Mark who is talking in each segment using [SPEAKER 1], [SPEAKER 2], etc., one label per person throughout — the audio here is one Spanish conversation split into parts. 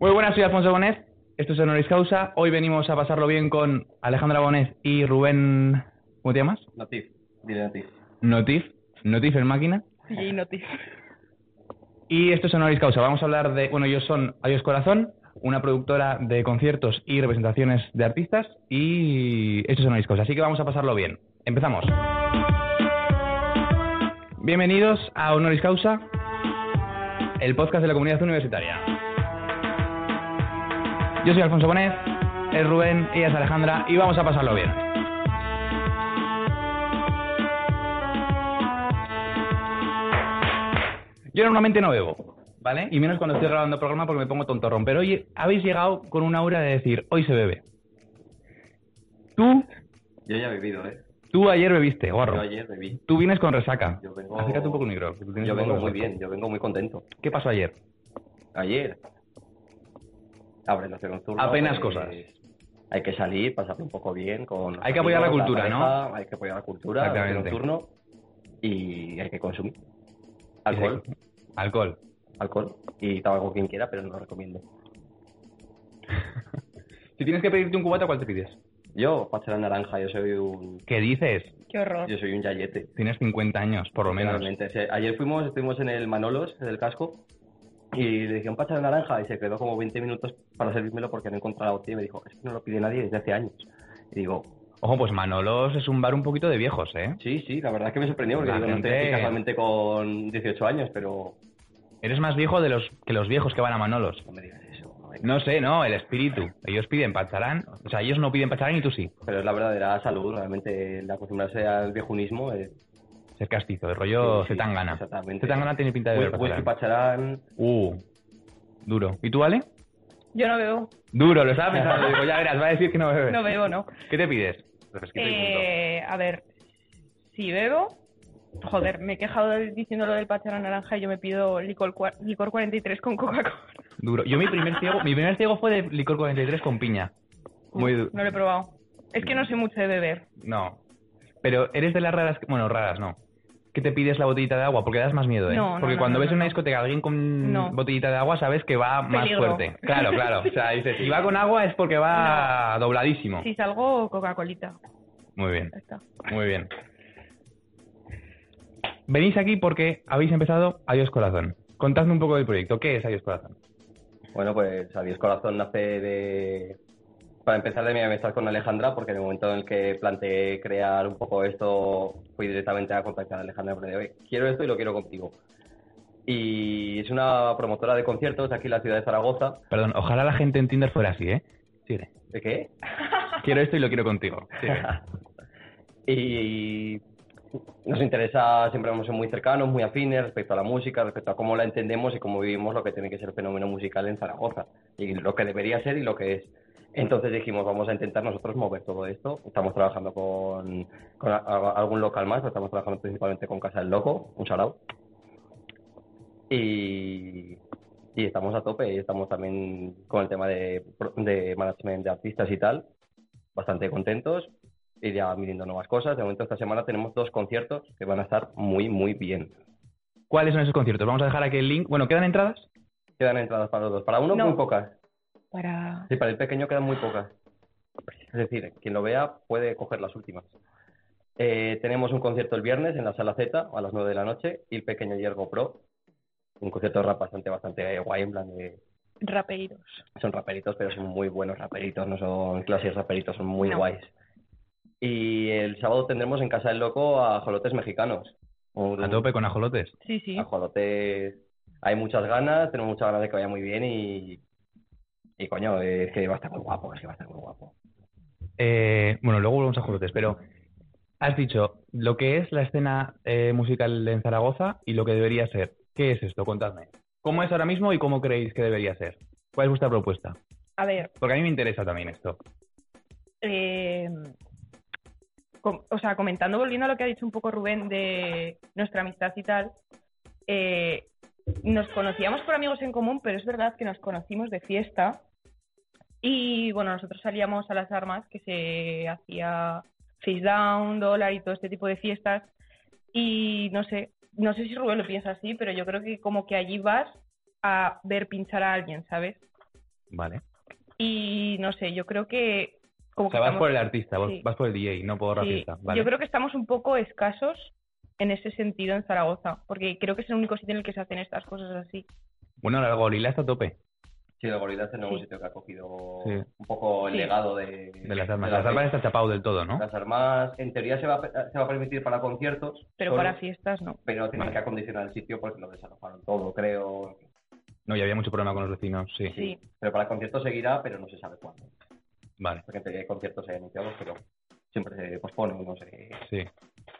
[SPEAKER 1] Muy buenas, soy Alfonso Bonet. Esto es Honoris Causa. Hoy venimos a pasarlo bien con Alejandra Bonet y Rubén. ¿Cómo te llamas?
[SPEAKER 2] Notif, dile Notif.
[SPEAKER 1] Notif. Notif en máquina.
[SPEAKER 3] Sí, notis.
[SPEAKER 1] Y esto es Honoris Causa. Vamos a hablar de. Bueno, ellos son Adiós Corazón, una productora de conciertos y representaciones de artistas. Y esto es Honoris Causa. Así que vamos a pasarlo bien. Empezamos. Bienvenidos a Honoris Causa, el podcast de la comunidad universitaria. Yo soy Alfonso Bonet, es Rubén, ella es Alejandra y vamos a pasarlo bien. Yo normalmente no bebo, ¿vale? Y menos cuando estoy grabando programa porque me pongo tontorrón. Pero hoy habéis llegado con una aura de decir, hoy se bebe. Tú,
[SPEAKER 2] Yo ya he bebido, ¿eh?
[SPEAKER 1] tú ayer bebiste,
[SPEAKER 2] Yo
[SPEAKER 1] gorro.
[SPEAKER 2] ayer bebí.
[SPEAKER 1] Tú vienes con resaca.
[SPEAKER 2] Yo vengo-
[SPEAKER 1] Acércate un poco el micro. que tú tienes
[SPEAKER 2] Yo
[SPEAKER 1] un poco
[SPEAKER 2] vengo
[SPEAKER 1] de
[SPEAKER 2] muy
[SPEAKER 1] resaca.
[SPEAKER 2] bien, yo vengo muy contento.
[SPEAKER 1] ¿Qué pasó ayer?
[SPEAKER 2] Ayer. Abre los turno.
[SPEAKER 1] Apenas
[SPEAKER 2] pues,
[SPEAKER 1] cosas.
[SPEAKER 2] Hay que salir, pasarlo un poco bien. con los
[SPEAKER 1] Hay que apoyar la cultura,
[SPEAKER 2] ¿no? Hay que apoyar la cultura, hacer
[SPEAKER 1] Exactamente.
[SPEAKER 2] un turno y hay que consumir. Alcohol,
[SPEAKER 1] Alcohol.
[SPEAKER 2] alcohol y tabaco quien quiera, pero no lo recomiendo.
[SPEAKER 1] Si tienes que pedirte un cubato, ¿cuál te pides?
[SPEAKER 2] Yo, pachera naranja, yo soy un
[SPEAKER 1] ¿Qué dices?
[SPEAKER 3] Qué horror.
[SPEAKER 2] yo soy un yayete.
[SPEAKER 1] Tienes 50 años, por lo menos.
[SPEAKER 2] Realmente, o sea, ayer fuimos, estuvimos en el Manolos del casco y le dije un pacha de naranja y se quedó como 20 minutos para servírmelo porque no encontraba la botella y me dijo, es que no lo pide nadie desde hace años. Y digo,
[SPEAKER 1] Ojo, pues Manolos es un bar un poquito de viejos, ¿eh?
[SPEAKER 2] sí, sí, la verdad es que me sorprendió porque
[SPEAKER 1] La
[SPEAKER 2] digo, no
[SPEAKER 1] gente-
[SPEAKER 2] estoy casualmente con 18 años, pero
[SPEAKER 1] Eres más viejo de los que los viejos que van a Manolos.
[SPEAKER 2] no me digas eso. no me-
[SPEAKER 1] No sé, no, el espíritu. Ellos piden pacharán. O sea, ellos no piden pacharán y tú sí.
[SPEAKER 2] Pero es la verdadera salud, realmente el acostumbrarse al viejunismo es...
[SPEAKER 1] Ser castizo, el rollo
[SPEAKER 2] Sí, sí,
[SPEAKER 1] Zetangana.
[SPEAKER 2] exactamente.
[SPEAKER 1] Zetangana tiene pinta de beber
[SPEAKER 2] Whi- Whisky
[SPEAKER 1] pacharán.
[SPEAKER 2] pacharán,
[SPEAKER 1] Uh, duro. ¿Y tú, Ale?
[SPEAKER 3] Yo no bebo,
[SPEAKER 1] Duro, lo estaba pensando. Digo, ya verás, va a decir que no bebes.
[SPEAKER 3] no bebo, no.
[SPEAKER 1] ¿Qué te pides? Refresquito y punto.
[SPEAKER 3] Eh, a ver, si bebo, joder, me he quejado de- diciendo lo del pachara naranja y yo me pido licor, cua- licor 43 con Coca-Cola.
[SPEAKER 1] Duro. Yo mi primer ciego, mi primer ciego fue de licor 43 con piña. Muy du-
[SPEAKER 3] No lo he probado. Es que no sé mucho de beber.
[SPEAKER 1] no. Pero eres de las raras, que- bueno, raras no. Que te pides la botellita de agua porque das más miedo, ¿eh?
[SPEAKER 3] No, no,
[SPEAKER 1] porque
[SPEAKER 3] no,
[SPEAKER 1] cuando
[SPEAKER 3] no,
[SPEAKER 1] ves
[SPEAKER 3] no,
[SPEAKER 1] en una
[SPEAKER 3] no.
[SPEAKER 1] discoteca a alguien con
[SPEAKER 3] No.
[SPEAKER 1] botellita de agua, sabes que va más
[SPEAKER 3] Peligro.
[SPEAKER 1] fuerte. Claro, claro. O sea, dices, si va con agua es porque va dobladísimo.
[SPEAKER 3] Si salgo, Coca-Colita.
[SPEAKER 1] Muy bien,
[SPEAKER 3] Ya está.
[SPEAKER 1] muy bien. Venís aquí porque habéis empezado Adiós Corazón. Contadme un poco del proyecto. ¿Qué es Adiós Corazón?
[SPEAKER 2] Bueno, pues Adiós Corazón nace de... Para empezar de mi amistad con Alejandra, porque en el momento en el que planteé crear un poco esto, fui directamente a contactar a Alejandra porque hoy quiero esto y lo quiero contigo. Y es una promotora de conciertos aquí en la ciudad de Zaragoza.
[SPEAKER 1] Perdón, ojalá la gente en Tinder fuera así, ¿eh? Sigue.
[SPEAKER 2] ¿De qué?
[SPEAKER 1] Quiero esto y lo quiero contigo. Sigue.
[SPEAKER 2] y nos interesa, siempre vamos a ser muy cercanos, muy afines respecto a la música, respecto a cómo la entendemos y cómo vivimos lo que tiene que ser el fenómeno musical en Zaragoza y lo que debería ser y lo que es. Entonces dijimos, vamos a intentar nosotros mover todo esto. Estamos trabajando con, con a- a- algún local más, pero estamos trabajando principalmente con Casa del Loco, un shout Y, y estamos a tope, y estamos también con el tema de, pro- de management de artistas y tal, bastante contentos y ya midiendo nuevas cosas. De momento esta semana tenemos dos conciertos que van a estar muy, muy bien.
[SPEAKER 1] ¿Cuáles son esos conciertos? Vamos a dejar aquí el link. Bueno, ¿quedan entradas?
[SPEAKER 2] Quedan entradas para los dos. Para uno
[SPEAKER 3] No.
[SPEAKER 2] muy pocas.
[SPEAKER 3] Para...
[SPEAKER 2] Sí, para el pequeño quedan muy pocas. Es decir, quien lo vea puede coger las últimas. Eh, tenemos un concierto el viernes en la sala Z a las 9 de la noche y el pequeño Yergo Pro. Un concierto de rap bastante, bastante guay, en plan de...
[SPEAKER 3] Rapeiros.
[SPEAKER 2] son raperitos, pero son muy buenos raperitos, no son clases raperitos, son muy
[SPEAKER 3] No.
[SPEAKER 2] guays. Y el sábado tendremos en Casa del Loco a Jolotes Mexicanos. Un-
[SPEAKER 1] A tope con ajolotes.
[SPEAKER 3] Sí, sí.
[SPEAKER 1] Ah.
[SPEAKER 2] Ajolotes. Hay muchas ganas, tenemos muchas ganas de que vaya muy bien y. Y coño, es que va a estar muy guapo, es que va a estar muy guapo.
[SPEAKER 1] Eh, bueno, luego volvemos a ajolotes, pero has dicho lo que es la escena eh, musical en Zaragoza y lo que debería ser. ¿Qué es esto? Contadme. ¿Cómo es ahora mismo y cómo creéis que debería ser? ¿Cuál es vuestra propuesta?
[SPEAKER 3] A ver,
[SPEAKER 1] Porque a mí me interesa también esto.
[SPEAKER 3] eh, com- o sea, comentando, volviendo a lo que ha dicho un poco Rubén de nuestra amistad y tal, eh, nos conocíamos por amigos en común, pero es verdad que nos conocimos de fiesta. Y bueno, nosotros salíamos a las armas, que se hacía face down, dólar y todo este tipo de fiestas. Y no sé, no sé si Rubén lo piensa así, pero yo creo que como que allí vas a ver pinchar a alguien, ¿sabes?
[SPEAKER 1] Vale.
[SPEAKER 3] Y no sé, yo creo que. Como
[SPEAKER 1] O sea,
[SPEAKER 3] que
[SPEAKER 1] vas
[SPEAKER 3] estamos-
[SPEAKER 1] por el artista, vas-
[SPEAKER 3] sí.
[SPEAKER 1] vas por el DJ, no por
[SPEAKER 3] Sí,
[SPEAKER 1] artista. Vale.
[SPEAKER 3] Yo creo que estamos un poco escasos en ese sentido en Zaragoza, porque creo que es el único sitio en el que se hacen estas cosas así.
[SPEAKER 1] Bueno, la gorila está a tope.
[SPEAKER 2] Sí, el gorila es el nuevo
[SPEAKER 3] Sí.
[SPEAKER 2] sitio que ha cogido
[SPEAKER 1] Sí.
[SPEAKER 2] un poco el
[SPEAKER 3] Sí.
[SPEAKER 2] legado de,
[SPEAKER 1] De las armas.
[SPEAKER 2] de
[SPEAKER 1] Las armas está chapado del todo, ¿no?
[SPEAKER 2] Las armas, en teoría, se va, a- se va a permitir para conciertos.
[SPEAKER 3] Pero
[SPEAKER 2] solo,
[SPEAKER 3] para fiestas no.
[SPEAKER 2] Pero tienen
[SPEAKER 1] Vale.
[SPEAKER 2] que acondicionar el sitio porque lo desalojaron todo, creo.
[SPEAKER 1] No, y había mucho problema con los vecinos, sí.
[SPEAKER 3] Sí.
[SPEAKER 2] Pero para conciertos seguirá, pero no se sabe cuándo.
[SPEAKER 1] Vale,
[SPEAKER 2] Porque en teoría hay conciertos ahí anunciados, pero siempre se posponen, no sé.
[SPEAKER 1] sí.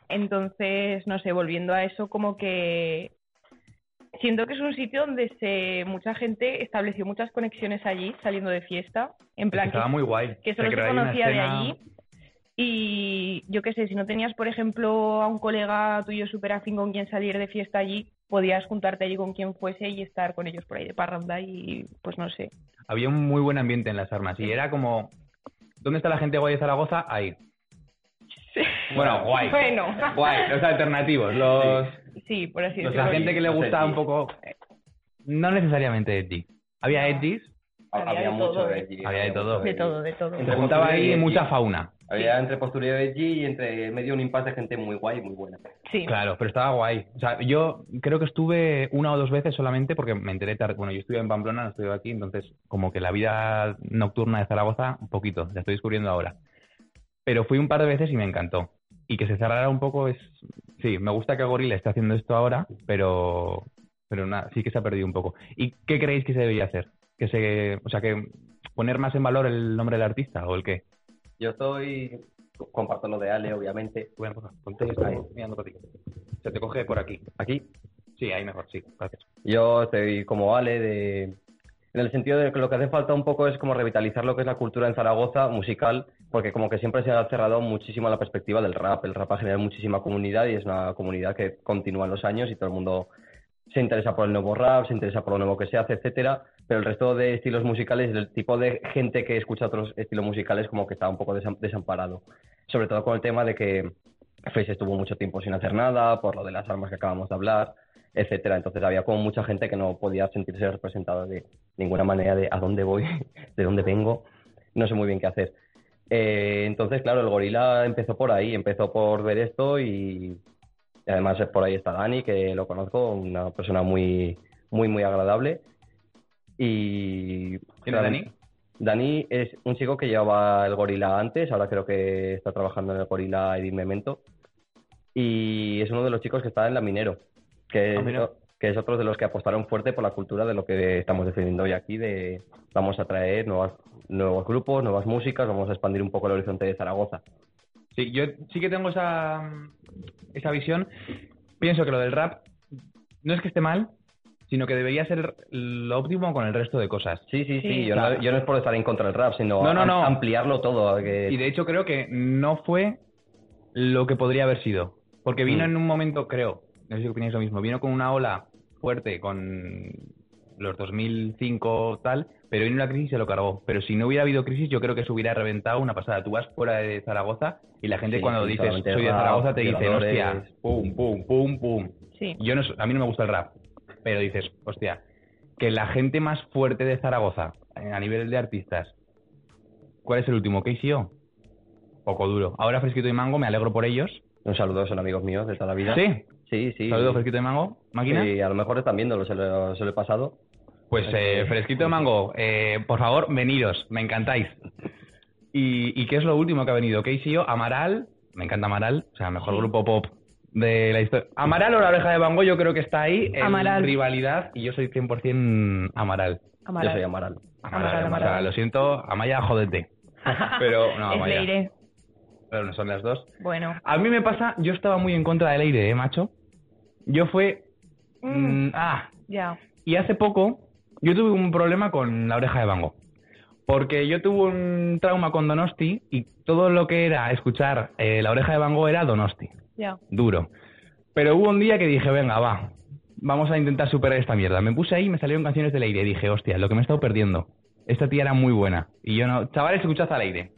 [SPEAKER 3] Entonces, no sé, volviendo a eso, como que siento que es un sitio donde se mucha gente estableció muchas conexiones allí, saliendo de fiesta,
[SPEAKER 1] Es
[SPEAKER 3] en
[SPEAKER 1] que
[SPEAKER 3] plan que,
[SPEAKER 1] estaba muy guay.
[SPEAKER 3] que solo se
[SPEAKER 1] creó ahí una
[SPEAKER 3] conocía de
[SPEAKER 1] escena-
[SPEAKER 3] allí. Y yo qué sé, si no tenías, por ejemplo, a un colega tuyo súper afín con quien salir de fiesta allí, podías juntarte allí con quien fuese y estar con ellos por ahí de parranda y pues no sé.
[SPEAKER 1] Había un muy buen ambiente en las armas. Y era como. ¿Dónde está la gente guay de Zaragoza? Ahí. Bueno, guay.
[SPEAKER 3] Bueno,
[SPEAKER 1] Guay. Los alternativos. Los.
[SPEAKER 3] sí, por así
[SPEAKER 2] Los
[SPEAKER 1] Pues la
[SPEAKER 3] decirlo.
[SPEAKER 2] agentes-
[SPEAKER 1] gente que le
[SPEAKER 2] los
[SPEAKER 1] gusta un
[SPEAKER 2] edgys.
[SPEAKER 1] poco. No necesariamente edgy. Había
[SPEAKER 3] No.
[SPEAKER 1] edgys,
[SPEAKER 2] Había,
[SPEAKER 3] Había de
[SPEAKER 2] mucho
[SPEAKER 3] todo,
[SPEAKER 2] de
[SPEAKER 3] ¿eh?
[SPEAKER 2] allí.
[SPEAKER 1] Había de todo.
[SPEAKER 2] mucho
[SPEAKER 3] De
[SPEAKER 2] allí.
[SPEAKER 3] todo, de todo.
[SPEAKER 2] Entre
[SPEAKER 1] preguntaba
[SPEAKER 2] postureo y
[SPEAKER 1] ahí
[SPEAKER 2] edgy.
[SPEAKER 1] mucha fauna.
[SPEAKER 2] Había entre postureo de allí y entre medio un impasse de gente muy guay y muy buena.
[SPEAKER 3] Sí,
[SPEAKER 1] Claro, pero estaba guay. O sea, yo creo que estuve una o dos veces solamente porque me enteré tarde. Bueno, yo estuve en Pamplona, no estuve aquí, entonces como que la vida nocturna de Zaragoza, un poquito, la estoy descubriendo ahora. Pero fui un par de veces y me encantó. Y que se cerrara un poco es... Sí, me gusta que Gorila esté haciendo esto ahora, pero, pero nada, sí que se ha perdido un poco. ¿Y qué creéis que se debería hacer? Que se, o sea, que poner más en valor el nombre del artista o el qué.
[SPEAKER 2] Yo estoy. Comparto lo de Ale, obviamente.
[SPEAKER 1] Bueno, pues, ponte está ahí, mirando para ti. Se te coge por aquí. ¿Aquí? Sí, ahí mejor, sí, gracias.
[SPEAKER 2] Yo estoy como Ale, de, en el sentido de que lo que hace falta un poco es como revitalizar lo que es la cultura en Zaragoza musical, porque como que siempre se ha cerrado muchísimo la perspectiva del rap. El rap ha generado muchísima comunidad y es una comunidad que continúa en los años y todo el mundo se interesa por el nuevo rap, se interesa por lo nuevo que se hace, etcétera. Pero el resto de estilos musicales, el tipo de gente que escucha otros estilos musicales, como que está un poco desam- desamparado. Sobre todo con el tema de que Face estuvo mucho tiempo sin hacer nada, por lo de las armas que acabamos de hablar, etcétera. Entonces había como mucha gente que no podía sentirse representada de ninguna manera de a dónde voy, de dónde vengo, no sé muy bien qué hacer. Eh, entonces, claro, el gorila empezó por ahí, empezó por ver esto y, y además eh, por ahí está Dani, que lo conozco, una persona muy, muy, muy agradable. Y,
[SPEAKER 1] ¿Quién es Dani?
[SPEAKER 2] Dani es un chico que llevaba el gorila antes, ahora creo que está trabajando en el gorila Edith Memento. Y es uno de los chicos que está en la Minero, que,
[SPEAKER 1] Ah,
[SPEAKER 2] es-
[SPEAKER 1] mira.
[SPEAKER 2] que es otro de los que apostaron fuerte por la cultura de lo que estamos defendiendo hoy aquí, de vamos a traer nuevas, nuevos grupos, nuevas músicas, vamos a expandir un poco el horizonte de Zaragoza.
[SPEAKER 1] Sí, yo sí que tengo esa, esa visión. Pienso que lo del rap no es que esté mal, sino que debería ser lo óptimo con el resto de cosas.
[SPEAKER 2] Sí, sí, sí,
[SPEAKER 3] Sí.
[SPEAKER 2] yo, no, yo no es por estar en contra del rap, sino
[SPEAKER 1] No, no,
[SPEAKER 2] am-
[SPEAKER 1] no.
[SPEAKER 2] ampliarlo todo. que-
[SPEAKER 1] Y de hecho creo que no fue lo que podría haber sido. Porque vino
[SPEAKER 2] Mm.
[SPEAKER 1] en un momento, creo, no sé si opináis lo mismo, vino con una ola fuerte con los 2005 tal, pero vino la crisis y se lo cargó. Pero si no hubiera habido crisis, yo creo que se hubiera reventado una pasada. Tú vas fuera de Zaragoza y la gente
[SPEAKER 2] Sí,
[SPEAKER 1] cuando
[SPEAKER 2] sí,
[SPEAKER 1] dices soy
[SPEAKER 2] solamente
[SPEAKER 1] de
[SPEAKER 2] rap,
[SPEAKER 1] Zaragoza te dice,
[SPEAKER 2] violadores.
[SPEAKER 1] hostia, pum, pum, pum, pum.
[SPEAKER 3] sí.
[SPEAKER 1] Yo no, so- a mí no me gusta el rap, pero dices, hostia, que la gente más fuerte de Zaragoza, eh, a nivel de artistas, ¿cuál es el último? KCO. Poco duro. Ahora Fresquito y Mango, me alegro por ellos.
[SPEAKER 2] Un saludo, son amigos míos de toda la vida.
[SPEAKER 1] Sí,
[SPEAKER 2] sí, sí.
[SPEAKER 1] saludos Fresquito y Mango, máquina.
[SPEAKER 2] Sí, a lo mejor están viéndolo, se lo, se lo he pasado.
[SPEAKER 1] Pues eh, Fresquito y Mango, eh, por favor, veniros, me encantáis. ¿Y, y qué es lo último que ha venido? KCO, Amaral, me encanta Amaral, o sea, mejor grupo pop de la historia. Amaral o la oreja de Van Gogh, yo creo que está ahí en
[SPEAKER 3] Amaral.
[SPEAKER 1] rivalidad y yo soy 100% Amaral.
[SPEAKER 3] Amaral.
[SPEAKER 2] Yo soy Amaral.
[SPEAKER 1] Amaral,
[SPEAKER 3] Amaral,
[SPEAKER 1] Amaral.
[SPEAKER 3] Amaral.
[SPEAKER 1] Lo siento, Amaya, jódete. Pero no,
[SPEAKER 3] es
[SPEAKER 1] Amaya.
[SPEAKER 3] Leire.
[SPEAKER 1] Pero no son las dos.
[SPEAKER 3] Bueno.
[SPEAKER 1] A mí me pasa, yo estaba muy en contra de Leire, ¿eh, macho? Yo fue...
[SPEAKER 3] Mm,
[SPEAKER 1] mm, ah,
[SPEAKER 3] ya.
[SPEAKER 1] y hace poco yo tuve un problema con la oreja de Van Gogh. Porque yo tuve un trauma con Donosti y todo lo que era escuchar eh, la oreja de Van Gogh era Donosti.
[SPEAKER 3] Ya.
[SPEAKER 1] Duro. Pero hubo un día que dije, venga, va, vamos a intentar superar esta mierda. Me puse ahí y me salieron canciones de Leire. Y dije, hostia, lo que me he estado perdiendo. Esta tía era muy buena. Y yo no, chavales, escuchad a Leire.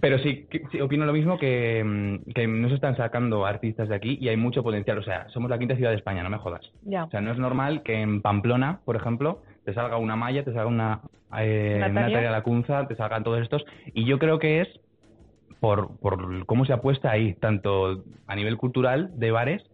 [SPEAKER 1] Pero sí, que- sí, opino lo mismo que, mm, que no se están sacando artistas de aquí y hay mucho potencial. O sea, somos la quinta ciudad de España, no me jodas.
[SPEAKER 3] Ya.
[SPEAKER 1] O sea, no es normal que en Pamplona, por ejemplo, te salga una Maya, te salga una eh,
[SPEAKER 3] Natalia.
[SPEAKER 1] Natalia Lacunza, te salgan todos estos. Y yo creo que es por, por cómo se apuesta ahí, tanto a nivel cultural de bares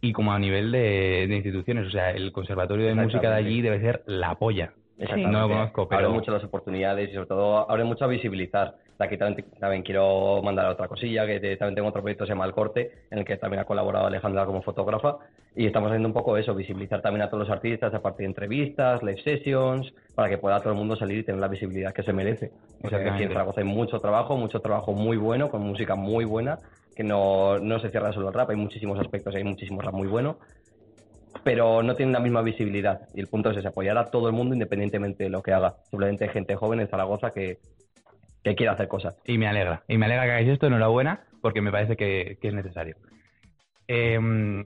[SPEAKER 1] y como a nivel de, de instituciones. O sea, el Conservatorio de Música de allí
[SPEAKER 2] Exactamente.
[SPEAKER 1] debe ser la polla.
[SPEAKER 2] Exactamente.
[SPEAKER 1] No lo conozco, pero-
[SPEAKER 2] Abre mucho las oportunidades y sobre todo abre mucho a visibilizar. De Aquí también, también quiero mandar otra cosilla, que te- también tengo otro proyecto que se llama El Corte, en el que también ha colaborado Alejandra como fotógrafa. Y estamos haciendo un poco eso, visibilizar también a todos los artistas a partir de entrevistas, live sessions, para que pueda todo el mundo salir y tener la visibilidad que se merece. Porque aquí en
[SPEAKER 1] Exactamente.
[SPEAKER 2] Zaragoza hay mucho trabajo, mucho trabajo muy bueno, con música muy buena, que no, no se cierra solo el rap, hay muchísimos aspectos, hay muchísimo rap muy bueno, pero no tienen la misma visibilidad. Y el punto es ese, apoyar a todo el mundo independientemente de lo que haga. Simplemente gente joven en Zaragoza que, que quiera hacer cosas.
[SPEAKER 1] Y me alegra. Y me alegra que hagáis esto. Enhorabuena, porque me parece que, que es necesario. Em,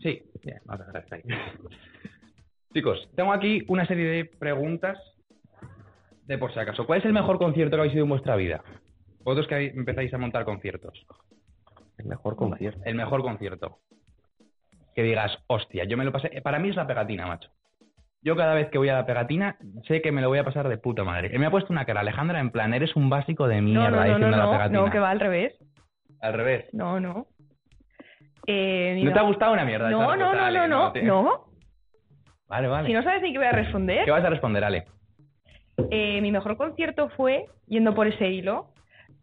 [SPEAKER 1] sí, bien, vamos a dejar hasta ahí. Chicos, tengo aquí una serie de preguntas de por si acaso. ¿Cuál es el mejor concierto que habéis ido en vuestra vida? Vosotros que habéis- empezáis a montar conciertos.
[SPEAKER 2] El mejor concierto.
[SPEAKER 1] El mejor concierto. Que digas, hostia, yo me lo pasé. Para mí es la pegatina, macho. Yo cada vez que voy a la pegatina sé que me lo voy a pasar de puta madre. Me ha puesto una cara Alejandra en plan, eres un básico de mierda
[SPEAKER 3] No, no, no, no,
[SPEAKER 1] diciendo la
[SPEAKER 3] no,
[SPEAKER 1] pegatina.
[SPEAKER 3] no, que va al revés.
[SPEAKER 1] Al revés.
[SPEAKER 3] No, no. Eh,
[SPEAKER 1] ¿No
[SPEAKER 3] mira-
[SPEAKER 1] te ha gustado una mierda? esa
[SPEAKER 3] no, no,
[SPEAKER 1] respuesta,
[SPEAKER 3] no,
[SPEAKER 1] Ale?
[SPEAKER 3] no, no,
[SPEAKER 1] te-
[SPEAKER 3] no.
[SPEAKER 1] Vale, vale.
[SPEAKER 3] Si no sabes ni qué voy a responder,
[SPEAKER 1] ¿Qué vas a responder, Ale?
[SPEAKER 3] Eh, mi mejor concierto fue, yendo por ese hilo,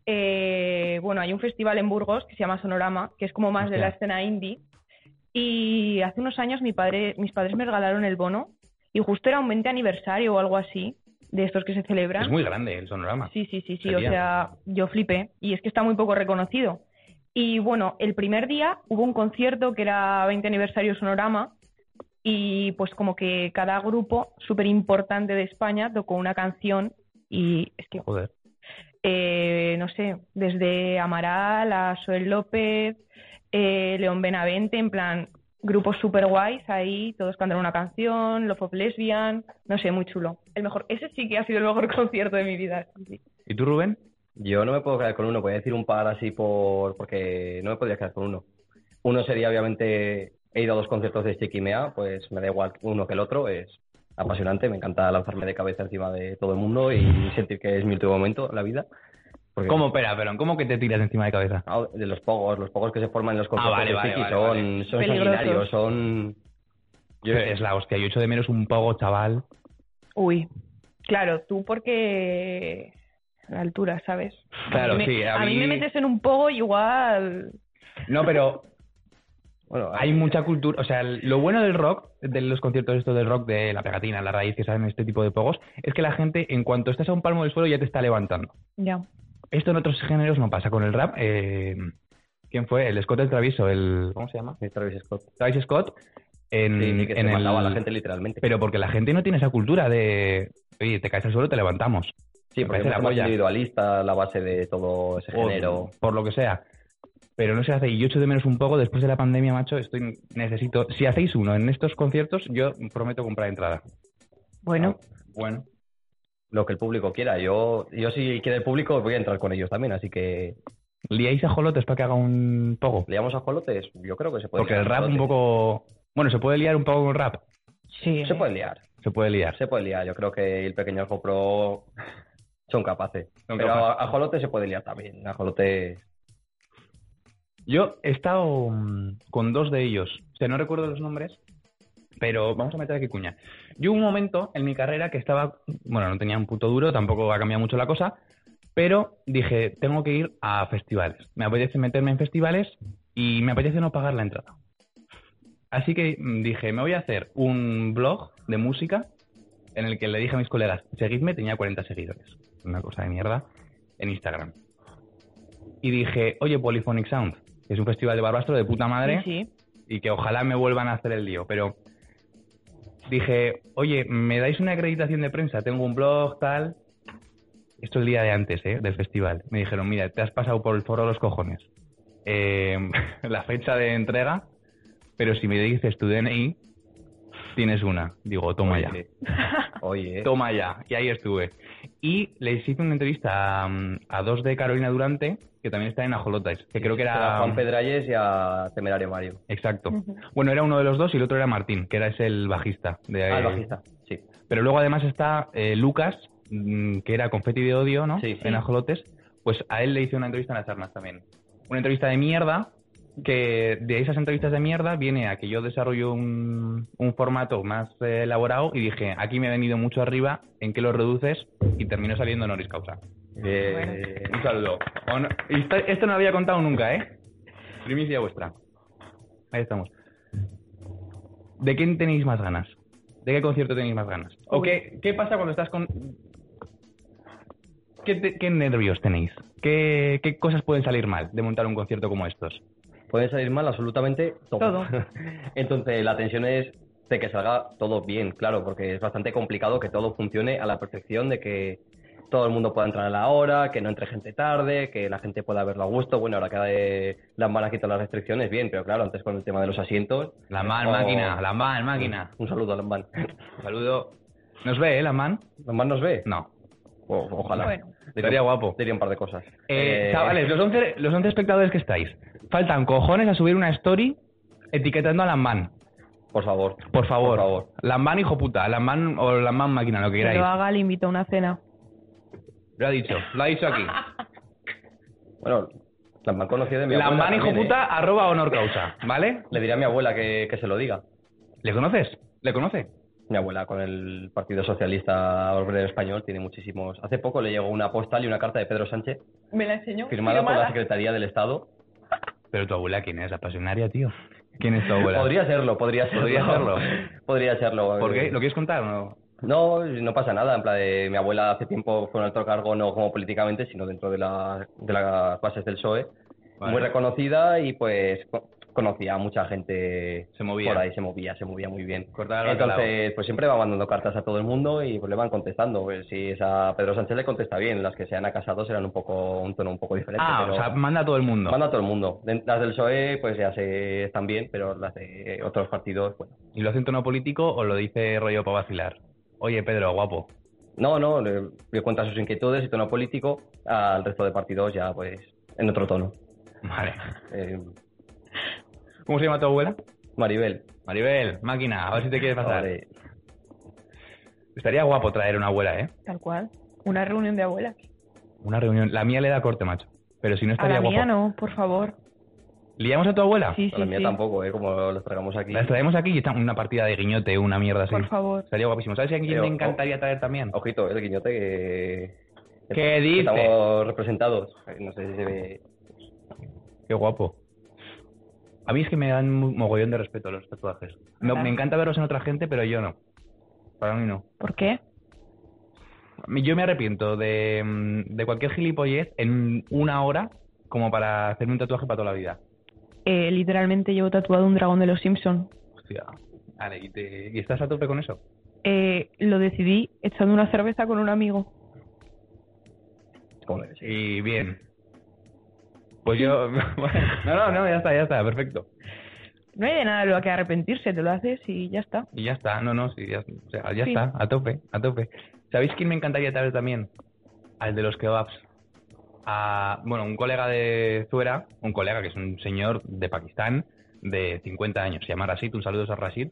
[SPEAKER 3] eh, bueno, hay un festival en Burgos que se llama Sonorama, que es como más de la
[SPEAKER 1] Hostia.
[SPEAKER 3] escena indie. Y hace unos años mi padre, mis padres me regalaron el bono y justo era un 20 aniversario o algo así de estos que se celebran.
[SPEAKER 1] Es muy grande el sonorama.
[SPEAKER 3] Sí, sí, sí, sí.
[SPEAKER 1] Sería.
[SPEAKER 3] O sea, yo flipé. Y es que está muy poco reconocido. Y bueno, el primer día hubo un concierto que era 20 aniversario Sonorama. Y pues como que cada grupo súper importante de España tocó una canción. Y es que,
[SPEAKER 1] Joder.
[SPEAKER 3] eh, no sé, desde Amaral a Soel López, eh, León Benavente, en plan, grupos súper guays ahí, todos cantan una canción, Love of Lesbian, no sé, muy chulo. El mejor, ese sí que ha sido el mejor concierto de mi vida. sí.
[SPEAKER 1] ¿Y tú, Rubén?
[SPEAKER 2] Yo no me puedo quedar con uno, voy a decir un par así por porque no me podría quedar con uno. Uno sería, obviamente, he ido a dos conciertos de Chiquimea, pues me da igual uno que el otro, es apasionante, me encanta lanzarme de cabeza encima de todo el mundo y sentir que es mi último momento en la vida. Porque-
[SPEAKER 1] ¿Cómo, espera, pero ¿cómo que te tiras encima de cabeza?
[SPEAKER 2] Ah, de los pogos, los pogos que se forman en los conciertos
[SPEAKER 1] Ah, vale,
[SPEAKER 2] de
[SPEAKER 1] vale,
[SPEAKER 2] Chiqui
[SPEAKER 1] vale, Pues,
[SPEAKER 2] son,
[SPEAKER 1] vale.
[SPEAKER 2] son
[SPEAKER 3] Peligrosos.
[SPEAKER 2] sanguinarios, son...
[SPEAKER 1] Yo- es la hostia, yo echo de menos un poco, chaval.
[SPEAKER 3] Uy, claro, tú porque a la altura, ¿sabes?
[SPEAKER 1] Claro,
[SPEAKER 3] A mí me-
[SPEAKER 1] sí, a
[SPEAKER 3] a mí
[SPEAKER 1] mí-
[SPEAKER 3] me metes en un pogo y igual.
[SPEAKER 1] No, pero
[SPEAKER 2] Bueno,
[SPEAKER 1] hay mucha cultura. O sea, el- lo bueno del rock, de los conciertos estos del rock, de la pegatina, la raíz que salen este tipo de pogos, es que la gente, en cuanto estás a un palmo del suelo, ya te está levantando.
[SPEAKER 3] Ya.
[SPEAKER 1] Esto en otros géneros no pasa. Con el rap, eh, ¿quién fue? El Scott el Traviso, el... ¿Cómo se llama?
[SPEAKER 2] de Travis Scott.
[SPEAKER 1] Travis Scott en,
[SPEAKER 2] Sí, sí, que se
[SPEAKER 1] en el...
[SPEAKER 2] mataba a la gente literalmente.
[SPEAKER 1] Pero porque la gente no tiene esa cultura de, oye, te caes al suelo, te levantamos.
[SPEAKER 2] sí,
[SPEAKER 1] me
[SPEAKER 2] porque
[SPEAKER 1] parece la
[SPEAKER 2] es más
[SPEAKER 1] polla.
[SPEAKER 2] individualista la base de todo ese género.
[SPEAKER 1] O por lo que sea. Pero no se hace. Y yo echo de menos un poco después de la pandemia, macho. Estoy necesito. Si hacéis uno en estos conciertos, yo prometo comprar entrada.
[SPEAKER 3] Bueno,
[SPEAKER 1] Bueno.
[SPEAKER 2] lo que el público quiera. Yo, yo si quiere el público, voy a entrar con ellos también. Así que,
[SPEAKER 1] ¿Liáis a Jolotes para que haga un poco?
[SPEAKER 2] ¿le llamamos a Jolotes? Yo creo que se puede
[SPEAKER 1] Porque
[SPEAKER 2] liar
[SPEAKER 1] el rap un
[SPEAKER 2] ajolotes.
[SPEAKER 1] poco. Bueno, se puede liar un poco con rap.
[SPEAKER 3] sí. ¿eh?
[SPEAKER 2] Se puede liar,
[SPEAKER 1] Se puede liar.
[SPEAKER 2] se puede liar. Yo creo que el pequeño GoPro son capaces.
[SPEAKER 1] Son
[SPEAKER 2] Pero
[SPEAKER 1] capaces.
[SPEAKER 2] a Jolote se puede liar también. A Jolote
[SPEAKER 1] Yo he estado mm, con dos de ellos. O sea, no recuerdo los nombres, pero vamos a meter aquí cuña. Yo hubo un momento en mi carrera que estaba, bueno, no tenía un puto duro, tampoco ha cambiado mucho la cosa, pero dije, tengo que ir a festivales. Me apetece meterme en festivales y me apetece no pagar la entrada. Así que mm, dije, me voy a hacer un blog de música en el que le dije a mis colegas, seguidme, tenía 40 seguidores. Una cosa de mierda en Instagram. Y dije, oye, Polyphonic Sound, que es un festival de barbastro de puta
[SPEAKER 2] eh?
[SPEAKER 1] madre
[SPEAKER 3] Sí, sí.
[SPEAKER 1] y que ojalá me vuelvan a hacer el lío, pero dije, oye, ¿me dais una acreditación de prensa? Tengo un blog, tal. Esto el día de antes, ¿eh? Del festival. Me dijeron, mira, te has pasado por el foro de los cojones. Eh, la fecha de entrega, pero si me dices tu DNI, tienes una. Digo, toma ya.
[SPEAKER 2] Oye. Oye. eh.
[SPEAKER 1] Toma ya, y ahí estuve. Y les hice una entrevista a, mm, a dos de Carolina Durante, que también está en Ajolotais, que creo que
[SPEAKER 2] A
[SPEAKER 1] era...
[SPEAKER 2] Juan Pedralles y a Temerario Mario.
[SPEAKER 1] Exacto.
[SPEAKER 3] Ujú.
[SPEAKER 1] Bueno, era uno de los dos y el otro era Martín, que era ese el bajista. De,
[SPEAKER 2] Ah, el bajista. Sí.
[SPEAKER 1] Pero luego además está eh, Lucas, mm, que era confeti de odio, ¿no?
[SPEAKER 2] Sí, sí.
[SPEAKER 1] En Ajolotes. Pues a él le hice una entrevista en las armas también. Una entrevista de mierda, que de esas entrevistas de mierda viene a que yo desarrollo un, un formato más eh, elaborado y dije, aquí me he venido mucho arriba, ¿en qué lo reduces? Y terminó saliendo honoris causa. Eh, Un saludo. Hon- y esta- esto no lo había contado nunca, ¿eh? Primicia vuestra. Ahí estamos. ¿De quién tenéis más ganas? ¿De qué concierto tenéis más ganas? ¿O
[SPEAKER 3] Uy.
[SPEAKER 1] qué, qué pasa cuando estás con... ¿Qué, te- qué nervios tenéis? ¿Qué, ¿Qué cosas pueden salir mal de montar un concierto como estos?
[SPEAKER 2] Puede salir mal absolutamente todo.
[SPEAKER 3] Todo.
[SPEAKER 2] Entonces, la tensión es de que salga todo bien, claro, porque es bastante complicado que todo funcione a la perfección, de que todo el mundo pueda entrar a la hora, que no entre gente tarde, que la gente pueda verlo a gusto. Bueno, ahora que eh, las van a quitar las restricciones, bien, pero claro, antes con el tema de los asientos.
[SPEAKER 1] La man,
[SPEAKER 2] Oh.
[SPEAKER 1] máquina, la man, máquina.
[SPEAKER 2] Un saludo a Lamban.
[SPEAKER 1] Un saludo. ¿Nos ve, eh, la man?
[SPEAKER 2] ¿Lamban nos ve?
[SPEAKER 1] No.
[SPEAKER 2] O- ojalá.
[SPEAKER 3] Bueno.
[SPEAKER 1] Estaría guapo.
[SPEAKER 2] Diría un par de cosas.
[SPEAKER 1] Eh,
[SPEAKER 2] Eh,
[SPEAKER 1] Chavales, los 11, los 11 espectadores que estáis, faltan cojones a subir una story etiquetando a Lamban.
[SPEAKER 2] Por favor.
[SPEAKER 1] Por favor.
[SPEAKER 2] Por favor.
[SPEAKER 1] Lamban, hijo puta. Lamban o Lamban máquina, lo que
[SPEAKER 3] Que
[SPEAKER 1] queráis.
[SPEAKER 3] lo haga, le invito a una cena.
[SPEAKER 1] Lo ha dicho, lo ha dicho aquí.
[SPEAKER 2] Bueno, Lamban conocía de mi abuela.
[SPEAKER 1] Lamban, hijo
[SPEAKER 2] también,
[SPEAKER 1] puta,
[SPEAKER 2] eh.
[SPEAKER 1] arroba honor causa, ¿vale?
[SPEAKER 2] Le diré a mi abuela que- que se lo diga.
[SPEAKER 1] ¿Le conoces? ¿Le conoce?
[SPEAKER 2] Mi abuela con el Partido Socialista Obrero Español tiene muchísimos. Hace poco le llegó una postal y una carta de Pedro Sánchez
[SPEAKER 3] Me la enseñó.
[SPEAKER 2] firmada por la Secretaría del Estado.
[SPEAKER 1] Pero tu abuela, ¿quién es? La pasionaria, tío. ¿Quién es tu abuela?
[SPEAKER 2] Podría serlo, podría serlo.
[SPEAKER 1] Podría serlo.
[SPEAKER 2] Podría serlo.
[SPEAKER 1] ¿Por qué?
[SPEAKER 2] Eh,
[SPEAKER 1] ¿Lo quieres contar o no?
[SPEAKER 2] No, no pasa nada. En plan, de, mi abuela hace tiempo fue un alto cargo, no como políticamente, sino dentro de, la- de las bases del PSOE.
[SPEAKER 1] Vale.
[SPEAKER 2] Muy reconocida y pues co- conocía a mucha gente
[SPEAKER 1] Se movía.
[SPEAKER 2] por ahí, se movía, se movía muy bien.
[SPEAKER 1] Cortar al bacalao.
[SPEAKER 2] Entonces, pues siempre va mandando cartas a todo el mundo y pues le van contestando. Pues, si es a Pedro Sánchez le contesta bien, las que se han casado serán un poco un tono un poco diferente.
[SPEAKER 1] Ah,
[SPEAKER 2] pero
[SPEAKER 1] o sea, manda a todo el mundo.
[SPEAKER 2] manda a todo el mundo. De- Las del PSOE pues ya se están bien, pero las de otros partidos, bueno.
[SPEAKER 1] ¿Y lo hace en tono político o lo dice rollo para vacilar? Oye, Pedro, guapo.
[SPEAKER 2] No, no, le, le cuenta sus inquietudes y tono político al resto de partidos ya pues en otro tono.
[SPEAKER 1] Vale.
[SPEAKER 2] Eh,
[SPEAKER 1] ¿Cómo se llama tu abuela?
[SPEAKER 2] Maribel.
[SPEAKER 1] Maribel, máquina, a ver si te quieres pasar.
[SPEAKER 2] Vale.
[SPEAKER 1] Estaría guapo traer una abuela, ¿eh?
[SPEAKER 3] Tal cual. Una reunión de abuelas.
[SPEAKER 1] Una reunión. La mía le da corte, macho. Pero si no
[SPEAKER 3] A
[SPEAKER 1] estaría
[SPEAKER 3] la
[SPEAKER 1] guapo.
[SPEAKER 3] mía no, por favor.
[SPEAKER 1] ¿Liamos a tu abuela?
[SPEAKER 3] Sí,
[SPEAKER 2] Ah, A
[SPEAKER 3] sí,
[SPEAKER 2] la mía
[SPEAKER 3] sí.
[SPEAKER 2] tampoco, eh, como los traigamos aquí.
[SPEAKER 1] Las traemos aquí y está una partida de guiñote, una mierda así.
[SPEAKER 3] Por favor.
[SPEAKER 1] Estaría guapísimo. ¿Sabes a quién
[SPEAKER 2] Pero, oh.
[SPEAKER 1] me encantaría traer también?
[SPEAKER 2] Ojito, el guiñote que...
[SPEAKER 1] ¿Qué
[SPEAKER 2] que
[SPEAKER 1] dices?
[SPEAKER 2] Estamos representados. Eh, No sé si se ve...
[SPEAKER 1] Qué guapo. A mí es que me dan un mogollón de respeto los tatuajes. Me,
[SPEAKER 3] Claro.
[SPEAKER 1] me encanta verlos en otra gente, pero yo no. Para mí no.
[SPEAKER 3] ¿Por qué?
[SPEAKER 1] A mí- Yo me arrepiento de, mm, de cualquier gilipollez en una hora como para hacerme un tatuaje para toda la vida.
[SPEAKER 3] Eh, literalmente llevo tatuado un dragón de los Simpson.
[SPEAKER 1] Hostia. Vale, ¿y, te- y estás a tope con eso?
[SPEAKER 3] Eh, lo decidí echando una cerveza con un amigo.
[SPEAKER 2] ¿Cómo lo ves?
[SPEAKER 1] Y bien. Pues yo... no, no, no, ya está, ya está, perfecto.
[SPEAKER 3] No hay de nada de lo que arrepentirse, te lo haces y ya está.
[SPEAKER 1] Y ya está, no, no, sí, ya, o sea, ya
[SPEAKER 3] Sí.
[SPEAKER 1] está, a tope, a tope. ¿Sabéis quién me encantaría traer también? Al de los kebabs. A, bueno, un colega de Zuera, un colega que es un señor de Pakistán de 50 años, se llama Rashid, un saludo a Rashid.